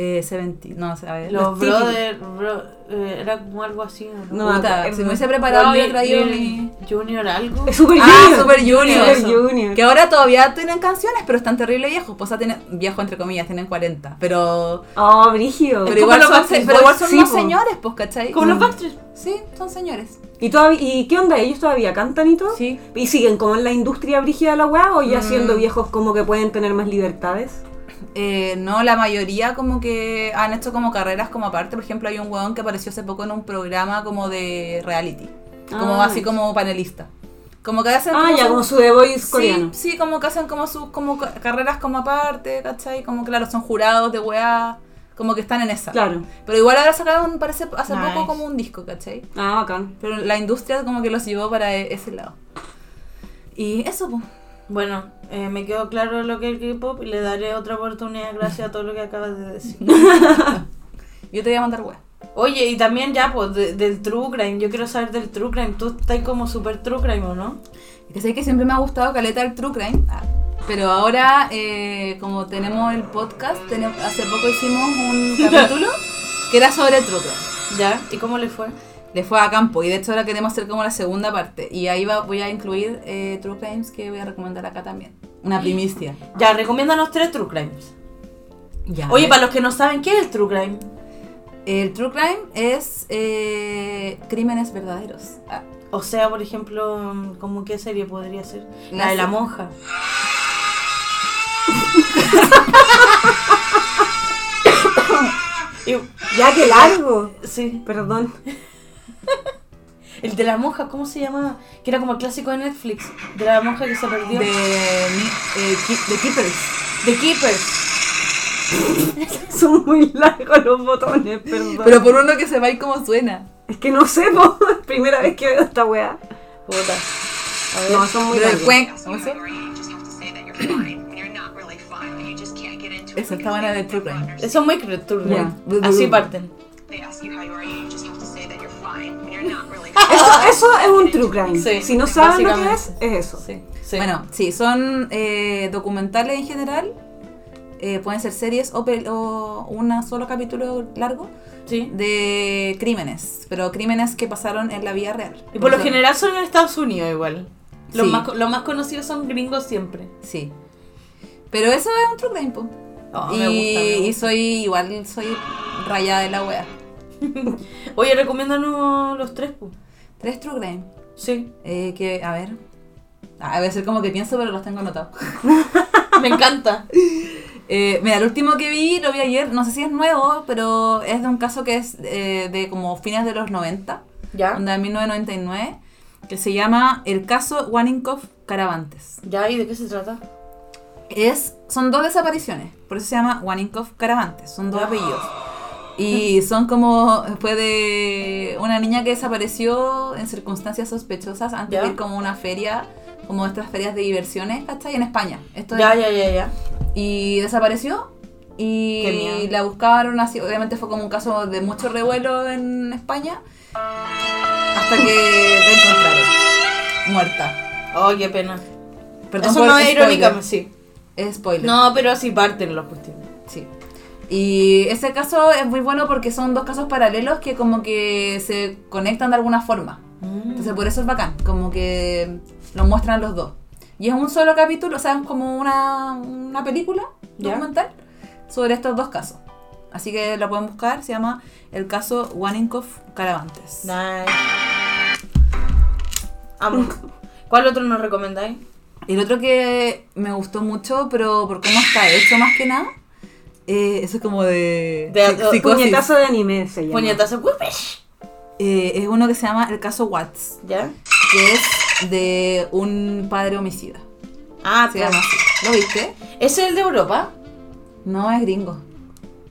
[SPEAKER 2] Eh, Seventeen, no, o sea, a ver.
[SPEAKER 1] Los,
[SPEAKER 3] Los típicos.
[SPEAKER 1] brothers, bro- eh, era como algo así. ¿no?
[SPEAKER 3] No,
[SPEAKER 2] Puta,
[SPEAKER 3] acuerdo.
[SPEAKER 2] si me hubiese preparado
[SPEAKER 1] Lil-
[SPEAKER 2] hubiera traído
[SPEAKER 1] Lil
[SPEAKER 2] mi...
[SPEAKER 1] Junior algo.
[SPEAKER 3] Es Super
[SPEAKER 2] Ah,
[SPEAKER 3] Junior.
[SPEAKER 2] Super Junior.
[SPEAKER 3] Super
[SPEAKER 1] Eso.
[SPEAKER 3] Junior.
[SPEAKER 2] Que ahora todavía tienen canciones, pero están terrible viejos. Pues, o sea, tienen, viejo entre comillas, tienen 40. Pero,
[SPEAKER 3] Oh, Brigio.
[SPEAKER 2] pero
[SPEAKER 1] como
[SPEAKER 2] igual
[SPEAKER 1] los
[SPEAKER 2] son,
[SPEAKER 1] Backstreet
[SPEAKER 2] pero igual
[SPEAKER 3] Boys,
[SPEAKER 2] son
[SPEAKER 3] sí,
[SPEAKER 2] más
[SPEAKER 3] po.
[SPEAKER 2] señores, pues, ¿cachai?
[SPEAKER 1] Como los
[SPEAKER 2] Mm.
[SPEAKER 1] Backstreet.
[SPEAKER 2] Sí, son señores.
[SPEAKER 3] ¿Y, todavía, ¿Y qué onda? ¿Ellos todavía cantan y todo?
[SPEAKER 2] Sí. Mm.
[SPEAKER 3] ¿Y siguen como en la industria brígida de la weá o ya siendo viejos como que pueden tener más libertades?
[SPEAKER 2] Eh, no, la mayoría como que han hecho como carreras como aparte. Por ejemplo, hay un weón que apareció hace poco en un programa como de reality. Como
[SPEAKER 3] Ah,
[SPEAKER 2] así
[SPEAKER 3] nice.
[SPEAKER 2] como panelista. Como que hacen
[SPEAKER 3] Ah,
[SPEAKER 2] como
[SPEAKER 3] ya,
[SPEAKER 2] su-
[SPEAKER 3] como su The Voice
[SPEAKER 2] sí,
[SPEAKER 3] coreano.
[SPEAKER 2] Sí, como que hacen como sus como ca- carreras como aparte, ¿cachai? Como claro, son jurados de weá. Como que están en esa.
[SPEAKER 3] Claro.
[SPEAKER 2] Pero igual ahora sacaron, parece, hace
[SPEAKER 1] Nice.
[SPEAKER 2] poco como un disco, ¿cachai?
[SPEAKER 3] Ah, bacán.
[SPEAKER 2] Pero la industria como que los llevó para e- ese lado. Y eso, pues.
[SPEAKER 1] Bueno, eh, me quedó claro lo que es el K-pop y le daré otra oportunidad gracias a todo lo que acabas de decir.
[SPEAKER 2] Yo te voy a mandar weá.
[SPEAKER 1] Oye, y también ya, pues, de- del True Crime. Yo quiero saber del True Crime. Tú estás como super True Crime, ¿o no?
[SPEAKER 2] Que sé que siempre me ha gustado Caleta el True Crime, ah, pero ahora eh, como tenemos el podcast, tene- hace poco hicimos un capítulo que era sobre True Crime.
[SPEAKER 1] ¿Ya? ¿Y cómo le fue?
[SPEAKER 2] Le fue a campo y de hecho ahora queremos hacer como la segunda parte. Y ahí va, voy a incluir eh, True Crimes que voy a recomendar acá también. Una primicia.
[SPEAKER 1] Ya, recomiéndanos tres True Crimes.
[SPEAKER 2] Ya.
[SPEAKER 1] Oye, para los que no saben, ¿qué es el True Crime?
[SPEAKER 2] El True Crime es eh, crímenes verdaderos. Ah,
[SPEAKER 1] O sea, por ejemplo, ¿cómo qué serie podría ser? La,
[SPEAKER 2] La
[SPEAKER 1] de la
[SPEAKER 2] se-
[SPEAKER 1] monja. Y-
[SPEAKER 3] Ya, qué largo.
[SPEAKER 1] sí.
[SPEAKER 3] Perdón.
[SPEAKER 1] El de la monja, ¿cómo se llamaba? Que era como el clásico de Netflix. De la monja que se
[SPEAKER 2] de,
[SPEAKER 1] perdió.
[SPEAKER 2] mi- eh, Ki- de Keepers.
[SPEAKER 1] The Keepers.
[SPEAKER 3] Son muy largos los botones, perdón.
[SPEAKER 2] Pero por uno que se va y como suena.
[SPEAKER 3] Es que no sé, po. Primera vez que veo esta weá.
[SPEAKER 1] Puta.
[SPEAKER 3] No, son muy
[SPEAKER 2] Pero el
[SPEAKER 3] largos.
[SPEAKER 2] cuen-
[SPEAKER 6] So
[SPEAKER 2] ¿cómo
[SPEAKER 6] you
[SPEAKER 2] se llama?
[SPEAKER 6] know, Lori, you just have to say that you're fine when you're not really fine, when you just can't get into it.
[SPEAKER 2] Esa
[SPEAKER 6] because
[SPEAKER 2] está buena
[SPEAKER 6] they-
[SPEAKER 2] de True Crime.
[SPEAKER 1] Eso es Eh, muy True Crime.
[SPEAKER 2] Ya.
[SPEAKER 1] Así parten.
[SPEAKER 6] They ask you how you are, you just have to say that you're fine when you're not really
[SPEAKER 3] Eso,
[SPEAKER 6] fine.
[SPEAKER 3] eso es un true crime.
[SPEAKER 1] Sí,
[SPEAKER 3] si no saben lo que es,
[SPEAKER 1] básicamente.
[SPEAKER 3] es eso.
[SPEAKER 1] Sí. sí.
[SPEAKER 2] Bueno, sí, son eh, documentales en general. eh, pueden ser series o, pel- o un solo capítulo largo
[SPEAKER 1] sí.
[SPEAKER 2] de crímenes, pero crímenes que pasaron en la vida real.
[SPEAKER 1] Y por lo
[SPEAKER 2] Eso-
[SPEAKER 1] general son en Estados Unidos igual. Los,
[SPEAKER 2] Sí.
[SPEAKER 1] más, co- los más conocidos son gringos siempre.
[SPEAKER 2] Sí. Pero eso es un true crime, po.
[SPEAKER 1] Oh,
[SPEAKER 2] y,
[SPEAKER 1] me gusta, me
[SPEAKER 2] y
[SPEAKER 1] gusta.
[SPEAKER 2] soy igual, soy rayada de la wea.
[SPEAKER 1] Oye, recomiéndanos los tres, pues.
[SPEAKER 2] Tres true crime.
[SPEAKER 1] Sí.
[SPEAKER 2] eh, que, a ver. Ah, a veces como que pienso, pero los tengo anotados.
[SPEAKER 1] Me encanta.
[SPEAKER 2] Eh, mira, el último que vi, lo vi ayer, no sé si es nuevo, pero es de un caso que es eh, de como fines de los 90,
[SPEAKER 1] ¿Ya?
[SPEAKER 2] onda de 1999, que se llama el caso Waninkov Caravantes.
[SPEAKER 1] ¿Ya? ¿Y de qué se trata?
[SPEAKER 2] es, son dos desapariciones, por eso se llama Waninkov Caravantes, son dos apellidos. Y son como, fue de una niña que desapareció en circunstancias sospechosas antes
[SPEAKER 5] Ya.
[SPEAKER 2] de ir como a una feria, como estas ferias de diversiones, ¿cachai? En España. Esto es-
[SPEAKER 5] Ya, ya, ya, ya.
[SPEAKER 2] y desapareció.
[SPEAKER 5] Qué
[SPEAKER 2] Y
[SPEAKER 5] miedo.
[SPEAKER 2] la buscaron así. Obviamente fue como un caso de mucho revuelo en España. Hasta que la encontraron. Muerta.
[SPEAKER 5] Oh, qué pena.
[SPEAKER 2] Perdón
[SPEAKER 5] Eso
[SPEAKER 2] por
[SPEAKER 5] no
[SPEAKER 2] el
[SPEAKER 5] es
[SPEAKER 2] spoiler.
[SPEAKER 5] irónica, sí.
[SPEAKER 2] Es spoiler.
[SPEAKER 5] No, pero así parten los cuestiones.
[SPEAKER 2] Sí. Y ese caso es muy bueno porque son dos casos paralelos que como que se conectan de alguna forma.
[SPEAKER 5] Mm.
[SPEAKER 2] Entonces por eso es bacán, como que lo muestran los dos. Y es un solo capítulo, o sea, es como una, una película
[SPEAKER 5] Ya.
[SPEAKER 2] documental sobre estos dos casos. Así que lo pueden buscar, se llama el caso Waninkov Caravantes.
[SPEAKER 5] Nice. Amo. ¿Cuál otro nos recomendáis?
[SPEAKER 2] El otro que me gustó mucho, pero por cómo está hecho más que nada, eh, eso es como de,
[SPEAKER 5] De-
[SPEAKER 2] psi- psicosis.
[SPEAKER 3] Puñetazo de anime se llama.
[SPEAKER 5] Puñetazo. ¡Wupish!
[SPEAKER 2] Eh, es uno que se llama el caso Watts.
[SPEAKER 5] ¿Ya?
[SPEAKER 2] que es de un padre homicida.
[SPEAKER 5] Ah,
[SPEAKER 2] Se llama así. ¿Lo viste?
[SPEAKER 5] ¿Ese es el de Europa?
[SPEAKER 2] No, es gringo.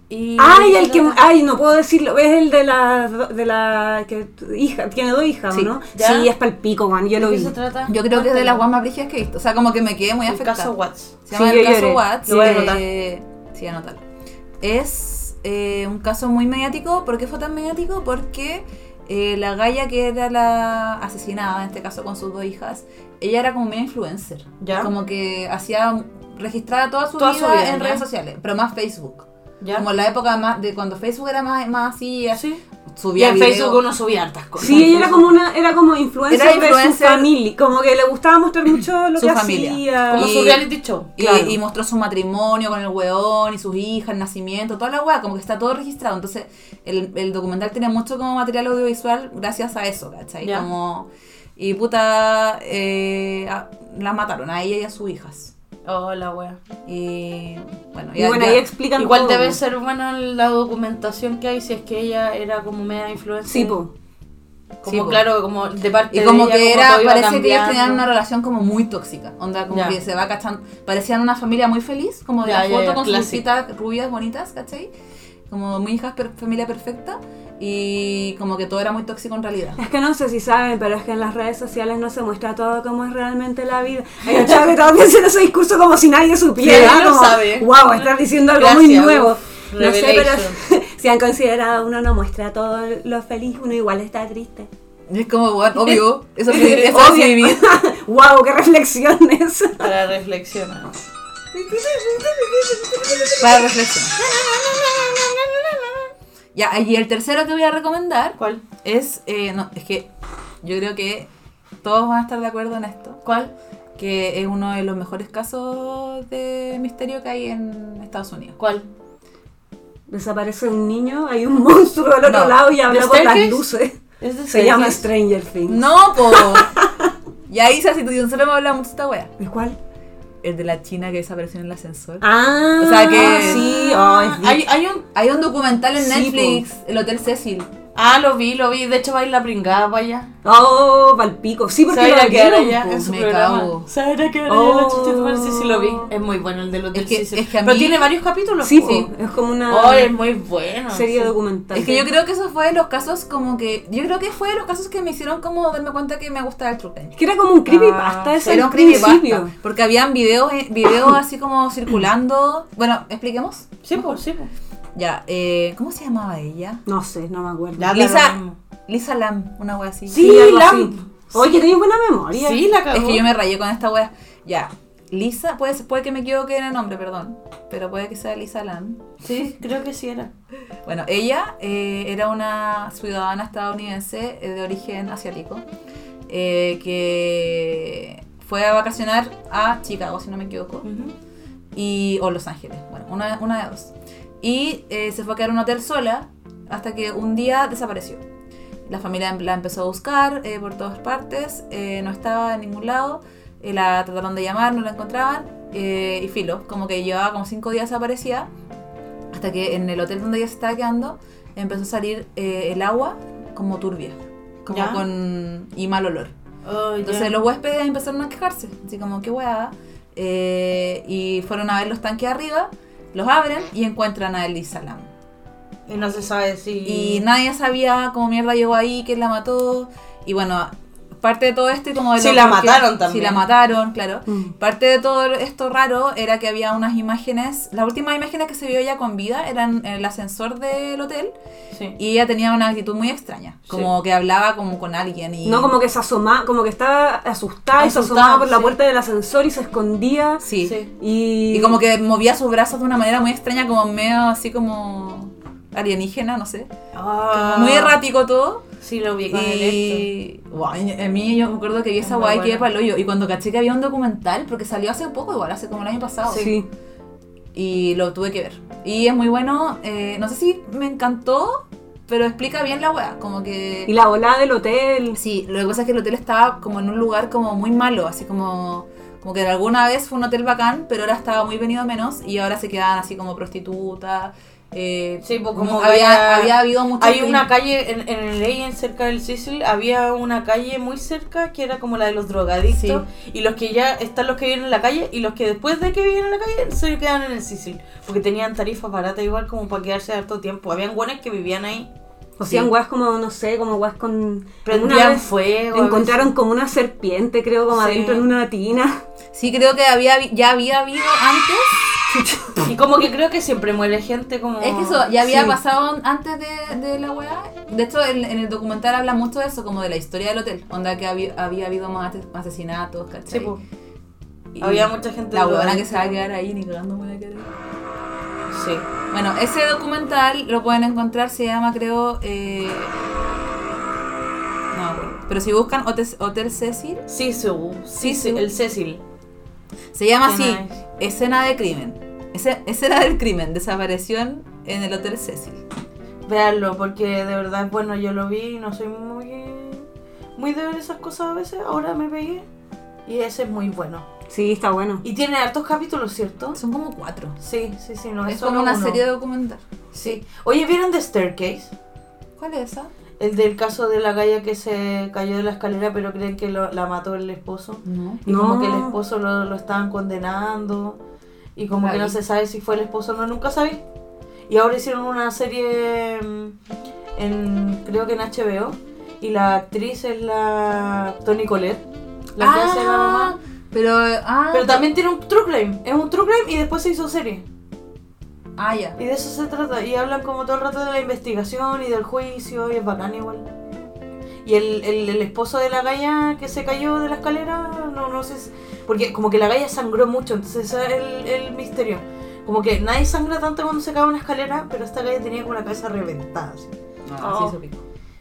[SPEAKER 5] Y...
[SPEAKER 2] Ah,
[SPEAKER 3] Ay, el que. Ay, no puedo decirlo. Es el de la. De la que, tu hija, tiene dos hijas,
[SPEAKER 2] Sí.
[SPEAKER 3] ¿no?
[SPEAKER 5] ¿Ya?
[SPEAKER 3] Sí, es palpico, man. Yo
[SPEAKER 5] ¿De
[SPEAKER 3] lo
[SPEAKER 5] qué
[SPEAKER 3] vi.
[SPEAKER 5] se trata?
[SPEAKER 2] ah, Yo creo que es de las guas más brígidas que he visto. O sea, como que me quedé muy
[SPEAKER 5] El
[SPEAKER 2] afectada.
[SPEAKER 5] caso Watts.
[SPEAKER 2] Se llama
[SPEAKER 3] Sí,
[SPEAKER 2] el
[SPEAKER 3] yo
[SPEAKER 2] caso
[SPEAKER 3] lloré.
[SPEAKER 2] Watts.
[SPEAKER 5] Lo voy a
[SPEAKER 2] eh, sí, anótalo. Es eh, un caso muy mediático. ¿Por qué fue tan mediático? Porque eh, la Gaia, que era la asesinada, en este caso con sus dos hijas, ella era como media influencer.
[SPEAKER 5] ¿Ya?
[SPEAKER 2] Como que hacía registraba toda su,
[SPEAKER 5] Toda su
[SPEAKER 2] vida,
[SPEAKER 5] vida,
[SPEAKER 2] en
[SPEAKER 5] ¿ya?
[SPEAKER 2] redes sociales, pero más Facebook.
[SPEAKER 5] ¿Ya?
[SPEAKER 2] Como en la época más de cuando Facebook era más, más así,
[SPEAKER 5] Sí.
[SPEAKER 1] Y
[SPEAKER 2] subía
[SPEAKER 1] en
[SPEAKER 2] video.
[SPEAKER 1] Facebook uno subía hartas cosas.
[SPEAKER 3] Sí, ella era como una, era como influencer,
[SPEAKER 2] Era
[SPEAKER 3] de su
[SPEAKER 2] influencer.
[SPEAKER 3] familia, como que le gustaba mostrar mucho lo
[SPEAKER 2] Su
[SPEAKER 3] que
[SPEAKER 2] familia.
[SPEAKER 3] hacía.
[SPEAKER 5] Como
[SPEAKER 2] Y-
[SPEAKER 5] su reality show.
[SPEAKER 2] Y,
[SPEAKER 3] Claro.
[SPEAKER 2] y mostró su matrimonio con el weón y sus hijas, el nacimiento, toda la weá, como que está todo registrado. Entonces, el, el documental tiene mucho como material audiovisual gracias a eso, ¿cachai?
[SPEAKER 5] Ya.
[SPEAKER 2] Como, y puta, eh, a- las mataron a ella y a sus hijas.
[SPEAKER 5] Oh, la wea.
[SPEAKER 2] Y bueno,
[SPEAKER 3] Y
[SPEAKER 2] ya-
[SPEAKER 3] bueno,
[SPEAKER 2] ya-
[SPEAKER 3] ahí explican
[SPEAKER 5] Igual
[SPEAKER 3] todo,
[SPEAKER 5] debe
[SPEAKER 3] po.
[SPEAKER 5] ser buena la documentación que hay si es que ella era como media influencer.
[SPEAKER 3] Sí, po.
[SPEAKER 5] Como
[SPEAKER 2] Sí, po.
[SPEAKER 5] claro, como de parte
[SPEAKER 2] Y
[SPEAKER 5] de
[SPEAKER 2] como
[SPEAKER 5] ella,
[SPEAKER 2] que era,
[SPEAKER 5] todo iba
[SPEAKER 2] parece que ellos
[SPEAKER 5] cambiando.
[SPEAKER 2] tenían una relación como muy tóxica. Onda, como
[SPEAKER 5] Ya.
[SPEAKER 2] que se va cachando. Parecían una familia muy feliz, como de
[SPEAKER 5] Ya,
[SPEAKER 2] la
[SPEAKER 5] ya,
[SPEAKER 2] foto
[SPEAKER 5] ya,
[SPEAKER 2] con sus
[SPEAKER 5] clásico.
[SPEAKER 2] citas rubias, bonitas, ¿cachai? Como muy hijas, per- familia perfecta. Y como que todo era muy tóxico en realidad.
[SPEAKER 3] Es que no sé si saben, pero es que en las redes sociales no se muestra todo como es realmente la vida. Hay un chavo que estaba haciendo ese discurso como si nadie supiera.
[SPEAKER 5] Sí, nadie lo
[SPEAKER 3] como,
[SPEAKER 5] sabe.
[SPEAKER 3] Wow, estás diciendo algo muy
[SPEAKER 5] Gracias,
[SPEAKER 3] nuevo.
[SPEAKER 5] uf,
[SPEAKER 3] no sé, pero
[SPEAKER 5] revelation.
[SPEAKER 3] si han considerado uno no muestra todo lo feliz, uno igual está triste.
[SPEAKER 2] Y es como, bueno, obvio, eso es vivir. Eso es
[SPEAKER 3] Obvio.
[SPEAKER 2] vivir.
[SPEAKER 3] wow, qué reflexiones.
[SPEAKER 5] Para reflexionar.
[SPEAKER 2] Para reflexionar. Ya, y el tercero que voy a recomendar
[SPEAKER 5] ¿Cuál?
[SPEAKER 2] es. eh, no, es que yo creo que todos van a estar de acuerdo en esto.
[SPEAKER 5] ¿Cuál?
[SPEAKER 2] que es uno de los mejores casos de misterio que hay en Estados Unidos.
[SPEAKER 5] ¿Cuál?
[SPEAKER 3] Desaparece un niño, hay un monstruo al otro
[SPEAKER 2] No.
[SPEAKER 3] lado y habla
[SPEAKER 5] ¿The
[SPEAKER 3] por las
[SPEAKER 5] Staircase?
[SPEAKER 3] luces.
[SPEAKER 5] ¿Es de
[SPEAKER 3] Se llama
[SPEAKER 5] Sergio?
[SPEAKER 3] Stranger Things.
[SPEAKER 2] ¡No, po! y ahí esa situación solo me habla mucho esta wea.
[SPEAKER 3] ¿De cuál?
[SPEAKER 2] El de la china que desapareció en el ascensor.
[SPEAKER 3] Ah,
[SPEAKER 2] O sea que-
[SPEAKER 3] sí, oh, es
[SPEAKER 5] Ah, hay, hay un.
[SPEAKER 2] Hay un documental en
[SPEAKER 3] Sí,
[SPEAKER 2] Netflix, El Hotel Cecil.
[SPEAKER 5] Ah, lo vi, lo vi. De hecho, va a ir la pringada para allá.
[SPEAKER 3] Oh, palpico. Sí, porque
[SPEAKER 5] Se va a ir
[SPEAKER 3] lo
[SPEAKER 5] a quedar
[SPEAKER 3] vieron,
[SPEAKER 5] allá
[SPEAKER 3] po.
[SPEAKER 5] en su
[SPEAKER 2] me
[SPEAKER 5] programa.
[SPEAKER 2] cago.
[SPEAKER 5] Se va a ir a quedar
[SPEAKER 3] Oh.
[SPEAKER 5] allá la chucha de tu madre. Sí, sí, lo vi. Es muy bueno el de los
[SPEAKER 2] que- es que a
[SPEAKER 5] Pero
[SPEAKER 2] mí-
[SPEAKER 5] tiene varios capítulos.
[SPEAKER 3] Sí,
[SPEAKER 5] po.
[SPEAKER 3] po, es como una
[SPEAKER 5] Oh, es muy bueno.
[SPEAKER 3] serie
[SPEAKER 5] sí.
[SPEAKER 3] documental.
[SPEAKER 2] Es que yo creo que eso fue de los casos como que... Yo creo que fue de los casos que me hicieron como darme cuenta que me gustaba el true crime.
[SPEAKER 3] Es que era como un creepypasta
[SPEAKER 5] Ah,
[SPEAKER 3] ese
[SPEAKER 2] Era
[SPEAKER 3] al
[SPEAKER 2] un creepypasta,
[SPEAKER 3] principio.
[SPEAKER 2] Porque habían videos, eh, videos así como circulando. Bueno, expliquemos.
[SPEAKER 5] Sí, pues, sí, pues.
[SPEAKER 2] Ya, eh, ¿cómo se llamaba ella?
[SPEAKER 3] No sé, no me acuerdo.
[SPEAKER 5] Ya, da lo
[SPEAKER 2] Lisa,
[SPEAKER 5] mismo.
[SPEAKER 2] Lisa Lam, una wea así.
[SPEAKER 3] Sí,
[SPEAKER 5] Sí,
[SPEAKER 3] algo
[SPEAKER 5] la-
[SPEAKER 3] así. Oye, tenéis buena memoria.
[SPEAKER 5] Sí, la cagó.
[SPEAKER 2] Es que yo me rayé con esta wea. Ya. Lisa, puede, puede que me equivoque en el nombre, perdón. Pero puede que sea Lisa Lam.
[SPEAKER 5] Sí, creo que sí era.
[SPEAKER 2] Bueno, ella eh, era una ciudadana estadounidense eh, de origen asiático eh, que fue a vacacionar a Chicago, si no me equivoco, y, o Los Ángeles. Bueno, una, una de dos. Y eh, se fue a quedar en un hotel sola hasta que un día desapareció. La familia em- la empezó a buscar eh, por todas partes, eh, no estaba en ningún lado, eh, la trataron de llamar, no la encontraban, eh, y filo, como que llevaba como cinco días desaparecida, hasta que en el hotel donde ella se estaba quedando empezó a salir eh, el agua como turbia, como
[SPEAKER 5] Ya.
[SPEAKER 2] con... y mal olor.
[SPEAKER 5] Oh, ya.
[SPEAKER 2] Entonces los huéspedes empezaron a quejarse, así como, qué weá. eh, y fueron a ver los tanques arriba, los abren y encuentran a Elisa Lam.
[SPEAKER 1] Y no se sabe si.
[SPEAKER 2] Y nadie sabía cómo mierda llegó ahí, quién la mató. Y bueno, parte de todo esto y como de
[SPEAKER 1] Si
[SPEAKER 2] lo-
[SPEAKER 1] la
[SPEAKER 2] porque-
[SPEAKER 1] mataron
[SPEAKER 2] Si
[SPEAKER 1] también.
[SPEAKER 2] la mataron, claro.
[SPEAKER 3] Mm.
[SPEAKER 2] Parte de todo esto raro era que había unas imágenes. Las últimas imágenes que se vio ella con vida eran en el ascensor del hotel.
[SPEAKER 1] Sí.
[SPEAKER 2] Y ella tenía una actitud muy extraña. Como que hablaba como con alguien. Y,
[SPEAKER 3] No, como que se asomaba, como que estaba asustada y se
[SPEAKER 2] Asustada,
[SPEAKER 3] asomaba por la
[SPEAKER 2] sí.
[SPEAKER 3] puerta del ascensor y se escondía.
[SPEAKER 2] Sí.
[SPEAKER 1] Sí.
[SPEAKER 3] Y,
[SPEAKER 2] Y como que movía sus brazos de una manera muy extraña, como medio así como alienígena, no sé.
[SPEAKER 1] Ah.
[SPEAKER 2] Muy errático todo.
[SPEAKER 1] Sí, lo ubico en el
[SPEAKER 2] Y guay, a mí yo me acuerdo que vi esa
[SPEAKER 1] muy
[SPEAKER 2] guay que
[SPEAKER 1] buena.
[SPEAKER 2] era para el hoyo. Y cuando caché que había un documental, porque salió hace poco, igual, hace como el año pasado.
[SPEAKER 3] Sí.
[SPEAKER 2] Y lo tuve que ver. Y es muy bueno. eh, no sé si me encantó, pero explica bien la weá. Como que.
[SPEAKER 3] Y la volada del hotel.
[SPEAKER 2] Sí, lo que pasa es que el hotel estaba como en un lugar como muy malo, así como, como que alguna vez fue un hotel bacán, pero ahora estaba muy venido a menos y ahora se quedaban así como prostitutas. eh,
[SPEAKER 1] Sí, pues como
[SPEAKER 2] había,
[SPEAKER 1] vaya-
[SPEAKER 2] había habido mucho
[SPEAKER 1] Hay
[SPEAKER 2] crimen.
[SPEAKER 1] una calle en, en el Leyen, cerca del Sicil, había una calle muy cerca que era como la de los drogadictos. Y los que ya están los que viven en la calle y los que después de que viven en la calle se quedan en el Sicil. Porque tenían tarifas baratas igual como para quedarse harto tiempo. Habían guanes que vivían ahí.
[SPEAKER 3] Hacían guas como, no sé, como guas con. alguna
[SPEAKER 1] Prendían
[SPEAKER 3] vez
[SPEAKER 1] fuego. a
[SPEAKER 3] Encontraron como una serpiente, creo, como
[SPEAKER 1] Sí.
[SPEAKER 3] adentro en una tina.
[SPEAKER 2] Sí, creo que había, vi- ya había habido antes.
[SPEAKER 1] veces. Y como que creo que siempre muere gente como...
[SPEAKER 2] Es que eso, ya había
[SPEAKER 3] sí.
[SPEAKER 2] pasado antes de, de la weá. De hecho, en, en el documental habla mucho de eso, como de la historia del hotel. Onda que había, había habido más ate- asesinatos,
[SPEAKER 1] Sí,
[SPEAKER 2] ¿cachai?
[SPEAKER 1] pues,
[SPEAKER 2] Y
[SPEAKER 1] había mucha gente
[SPEAKER 2] La
[SPEAKER 1] drogadicta.
[SPEAKER 2] weá que se va a quedar ahí, ni cagando me voy a quedar ahí.
[SPEAKER 1] Sí.
[SPEAKER 2] Bueno, ese documental lo pueden encontrar, se llama creo... eh, No, me acuerdo. pero si buscan Hotel, Hotel Cecil,
[SPEAKER 1] Sí, sí, uh, sí, sí, el Cecil.
[SPEAKER 2] se llama
[SPEAKER 1] Qué
[SPEAKER 2] así,
[SPEAKER 1] nice.
[SPEAKER 2] Escena de Crimen. Ese, escena del crimen, desaparición en el Hotel Cecil.
[SPEAKER 1] Veanlo, porque de verdad, bueno, yo lo vi y no soy muy. Muy de ver esas cosas a veces. Ahora me pegué. Y ese es muy bueno.
[SPEAKER 3] Sí, está bueno.
[SPEAKER 1] Y tiene hartos capítulos, ¿cierto?
[SPEAKER 2] Son como cuatro.
[SPEAKER 1] Sí, sí, sí, no es,
[SPEAKER 2] Es, como
[SPEAKER 1] solo
[SPEAKER 2] una
[SPEAKER 1] uno.
[SPEAKER 2] serie de documental.
[SPEAKER 1] Sí. Oye, ¿vieron The Staircase?
[SPEAKER 2] ¿Cuál es esa?
[SPEAKER 1] El del caso de la galla que se cayó de la escalera, pero creen que lo- la mató el esposo.
[SPEAKER 2] No.
[SPEAKER 1] Y como que el
[SPEAKER 3] No.
[SPEAKER 1] esposo lo, lo estaban condenando. Y como que
[SPEAKER 2] Ahí.
[SPEAKER 1] no se sabe si fue el esposo o no, nunca sabí. Y ahora hicieron una serie mm, en, creo que en HBO. Y la actriz es la Toni Colette. La que hace la mamá.
[SPEAKER 2] Pero, ah,
[SPEAKER 1] Ah, Pero también tiene un true crime. Es un true crime y después se hizo serie.
[SPEAKER 2] ah, ya.
[SPEAKER 1] Y de eso se trata. Y hablan como todo el rato de la investigación y del juicio. Y es bacán igual. Y el, el, el esposo de la galla que se cayó de la escalera, no, no sé. si- porque como que la galla sangró mucho, entonces ese es el, el misterio. Como que nadie sangra tanto cuando se cae de una escalera, pero esta galla tenía como la cabeza reventada. así.
[SPEAKER 2] Ah,
[SPEAKER 1] Oh.
[SPEAKER 2] sí, eso pico.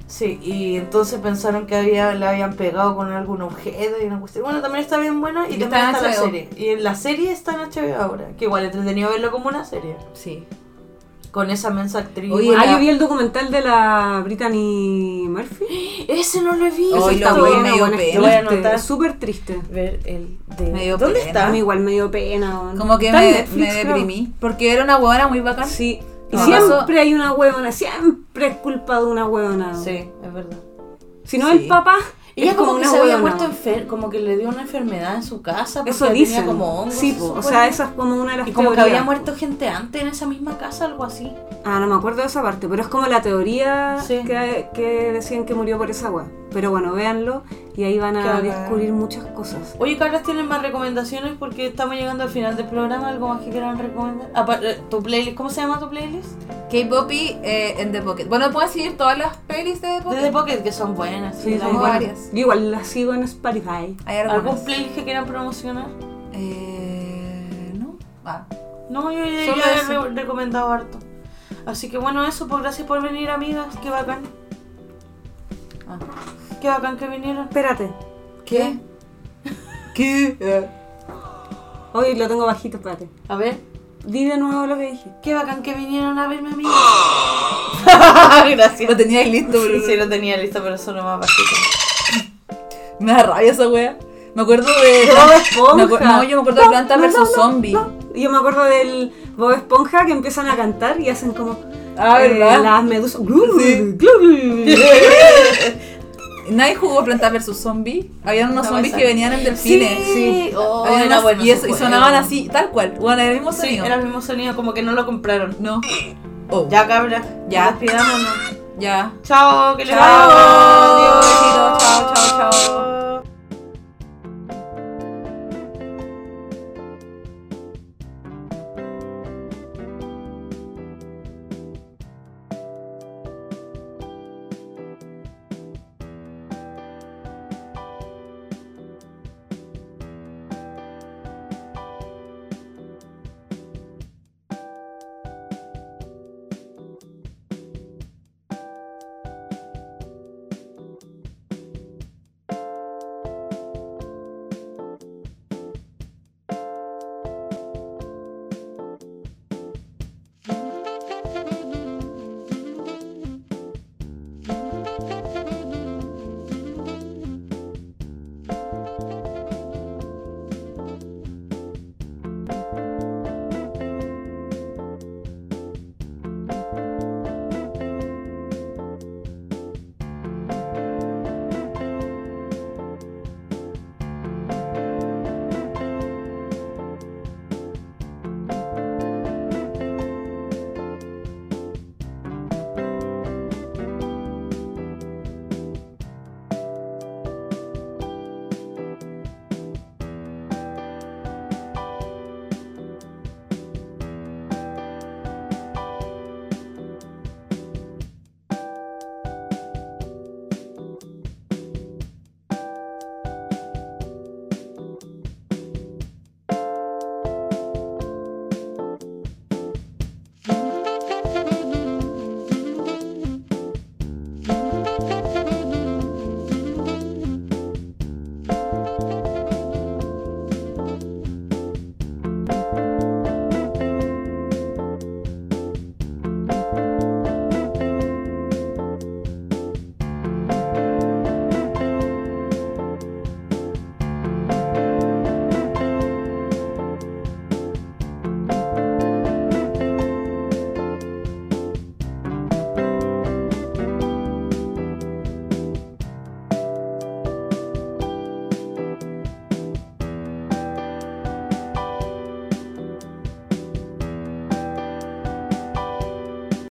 [SPEAKER 1] Sí, y entonces pensaron que había, la habían pegado con algún objeto y una cuestión. Bueno, también está bien buena y
[SPEAKER 2] Está
[SPEAKER 1] también
[SPEAKER 2] en
[SPEAKER 1] está, la
[SPEAKER 2] HBO.
[SPEAKER 1] serie. Y en la serie está en HBO ahora, que igual entretenido verlo como una serie.
[SPEAKER 2] Sí.
[SPEAKER 1] Con esa mensa actriz.
[SPEAKER 2] Oye,
[SPEAKER 1] Bueno,
[SPEAKER 3] Ah,
[SPEAKER 2] la-
[SPEAKER 3] yo vi el documental de la Brittany Murphy.
[SPEAKER 1] ese no lo he visto.
[SPEAKER 2] Hoy lo
[SPEAKER 1] Está
[SPEAKER 2] vi,
[SPEAKER 1] bueno.
[SPEAKER 2] me dio
[SPEAKER 3] bueno,
[SPEAKER 2] pena.
[SPEAKER 3] es
[SPEAKER 1] Lo voy a
[SPEAKER 3] triste,
[SPEAKER 1] anotar. ¿Ah?
[SPEAKER 3] es súper triste.
[SPEAKER 1] ver el de
[SPEAKER 2] Me dio
[SPEAKER 1] ¿Dónde
[SPEAKER 2] pena.
[SPEAKER 1] está?
[SPEAKER 3] A mí igual me dio pena. weón.
[SPEAKER 2] Como que
[SPEAKER 3] Está en
[SPEAKER 2] me,
[SPEAKER 3] Netflix,
[SPEAKER 2] me
[SPEAKER 3] creo.
[SPEAKER 2] deprimí. Porque era una huevona muy bacán.
[SPEAKER 3] Sí. Y
[SPEAKER 2] No,
[SPEAKER 3] siempre hay una huevona, siempre es culpa de una huevona.
[SPEAKER 1] Sí, es verdad.
[SPEAKER 3] Si no
[SPEAKER 2] Sí.
[SPEAKER 3] el papá,
[SPEAKER 1] Y ella
[SPEAKER 3] es
[SPEAKER 1] como,
[SPEAKER 3] como
[SPEAKER 1] que
[SPEAKER 3] una
[SPEAKER 1] se había
[SPEAKER 3] huevona.
[SPEAKER 1] muerto enfer como que le dio una enfermedad en su casa, porque
[SPEAKER 3] Eso
[SPEAKER 1] tenía
[SPEAKER 3] dicen.
[SPEAKER 1] como hongos.
[SPEAKER 3] sí,
[SPEAKER 1] se
[SPEAKER 3] po, o
[SPEAKER 1] supone.
[SPEAKER 3] sea, esa es como una de las
[SPEAKER 1] y como que
[SPEAKER 3] teorías.
[SPEAKER 1] había muerto gente antes en esa misma casa, algo así.
[SPEAKER 3] Ah, no me acuerdo de esa parte, pero es como la teoría
[SPEAKER 1] Sí.
[SPEAKER 3] que, que decían que murió por esa hueá. Pero bueno, véanlo y ahí van
[SPEAKER 1] Qué
[SPEAKER 3] a
[SPEAKER 1] bacán.
[SPEAKER 3] descubrir muchas cosas.
[SPEAKER 1] Oye, Carlos, ¿tienen más recomendaciones? Porque estamos llegando al final del programa. ¿Algo más que quieran recomendar? Apa- eh, ¿Tu playlist? ¿Cómo se llama tu playlist?
[SPEAKER 2] K-Poppy eh, en The Pocket. Bueno, pueden seguir todas las pelis de The Pocket.
[SPEAKER 1] De The Pocket, que son buenas.
[SPEAKER 3] Sí,
[SPEAKER 1] la
[SPEAKER 3] son
[SPEAKER 1] verdad.
[SPEAKER 2] buenas.
[SPEAKER 3] varias. Yo igual las sigo en Spotify.
[SPEAKER 2] Hay
[SPEAKER 1] ¿Algún
[SPEAKER 2] algunas.
[SPEAKER 1] playlist que quieran promocionar?
[SPEAKER 2] Eh, no. Ah,
[SPEAKER 1] No, yo ya,
[SPEAKER 2] Solo
[SPEAKER 1] ya he
[SPEAKER 2] eso.
[SPEAKER 1] re- recomendado harto. Así que bueno, eso, pues gracias por venir, amigas. Qué bacán.
[SPEAKER 2] Ah.
[SPEAKER 1] Qué bacán que vinieron.
[SPEAKER 3] Espérate,
[SPEAKER 2] ¿Qué? ¿Qué?
[SPEAKER 3] hoy lo tengo bajito, espérate.
[SPEAKER 1] A ver.
[SPEAKER 3] Di de nuevo lo que dije.
[SPEAKER 1] Qué bacán que vinieron a verme, amiga. Gracias.
[SPEAKER 2] Lo tenía ahí listo,
[SPEAKER 1] Sí,
[SPEAKER 2] pero
[SPEAKER 1] sí, lo tenía listo, pero solo más bajito.
[SPEAKER 2] me da rabia esa wea. Me acuerdo de.
[SPEAKER 3] Bob Esponja.
[SPEAKER 2] Me acuer- no, yo me acuerdo de Planta vs Zombie.
[SPEAKER 3] Yo me acuerdo del Bob Esponja que empiezan a cantar y hacen como
[SPEAKER 2] Ah,
[SPEAKER 3] eh,
[SPEAKER 2] ¿verdad?
[SPEAKER 3] las medusas.
[SPEAKER 2] Sí. Nadie jugó Plantas vs Zombies. Habían unos
[SPEAKER 1] No,
[SPEAKER 2] zombies
[SPEAKER 1] esa.
[SPEAKER 2] que venían en del
[SPEAKER 1] Sí,
[SPEAKER 2] cine.
[SPEAKER 1] sí. Oh,
[SPEAKER 2] Habían
[SPEAKER 1] era
[SPEAKER 2] unos-
[SPEAKER 1] bueno
[SPEAKER 2] y,
[SPEAKER 1] ese
[SPEAKER 2] eso, y
[SPEAKER 1] juego.
[SPEAKER 2] sonaban así, tal cual. Bueno, era el mismo
[SPEAKER 1] Sí,
[SPEAKER 2] sonido.
[SPEAKER 1] era el mismo sonido, como que no lo compraron.
[SPEAKER 2] No. Oh.
[SPEAKER 1] Ya, cabra.
[SPEAKER 2] Ya.
[SPEAKER 1] Despidámonos.
[SPEAKER 2] ya.
[SPEAKER 1] Chao, que les
[SPEAKER 2] Chao.
[SPEAKER 1] vaya bien. Adiós.
[SPEAKER 2] Besitos. Chao, chao, chao.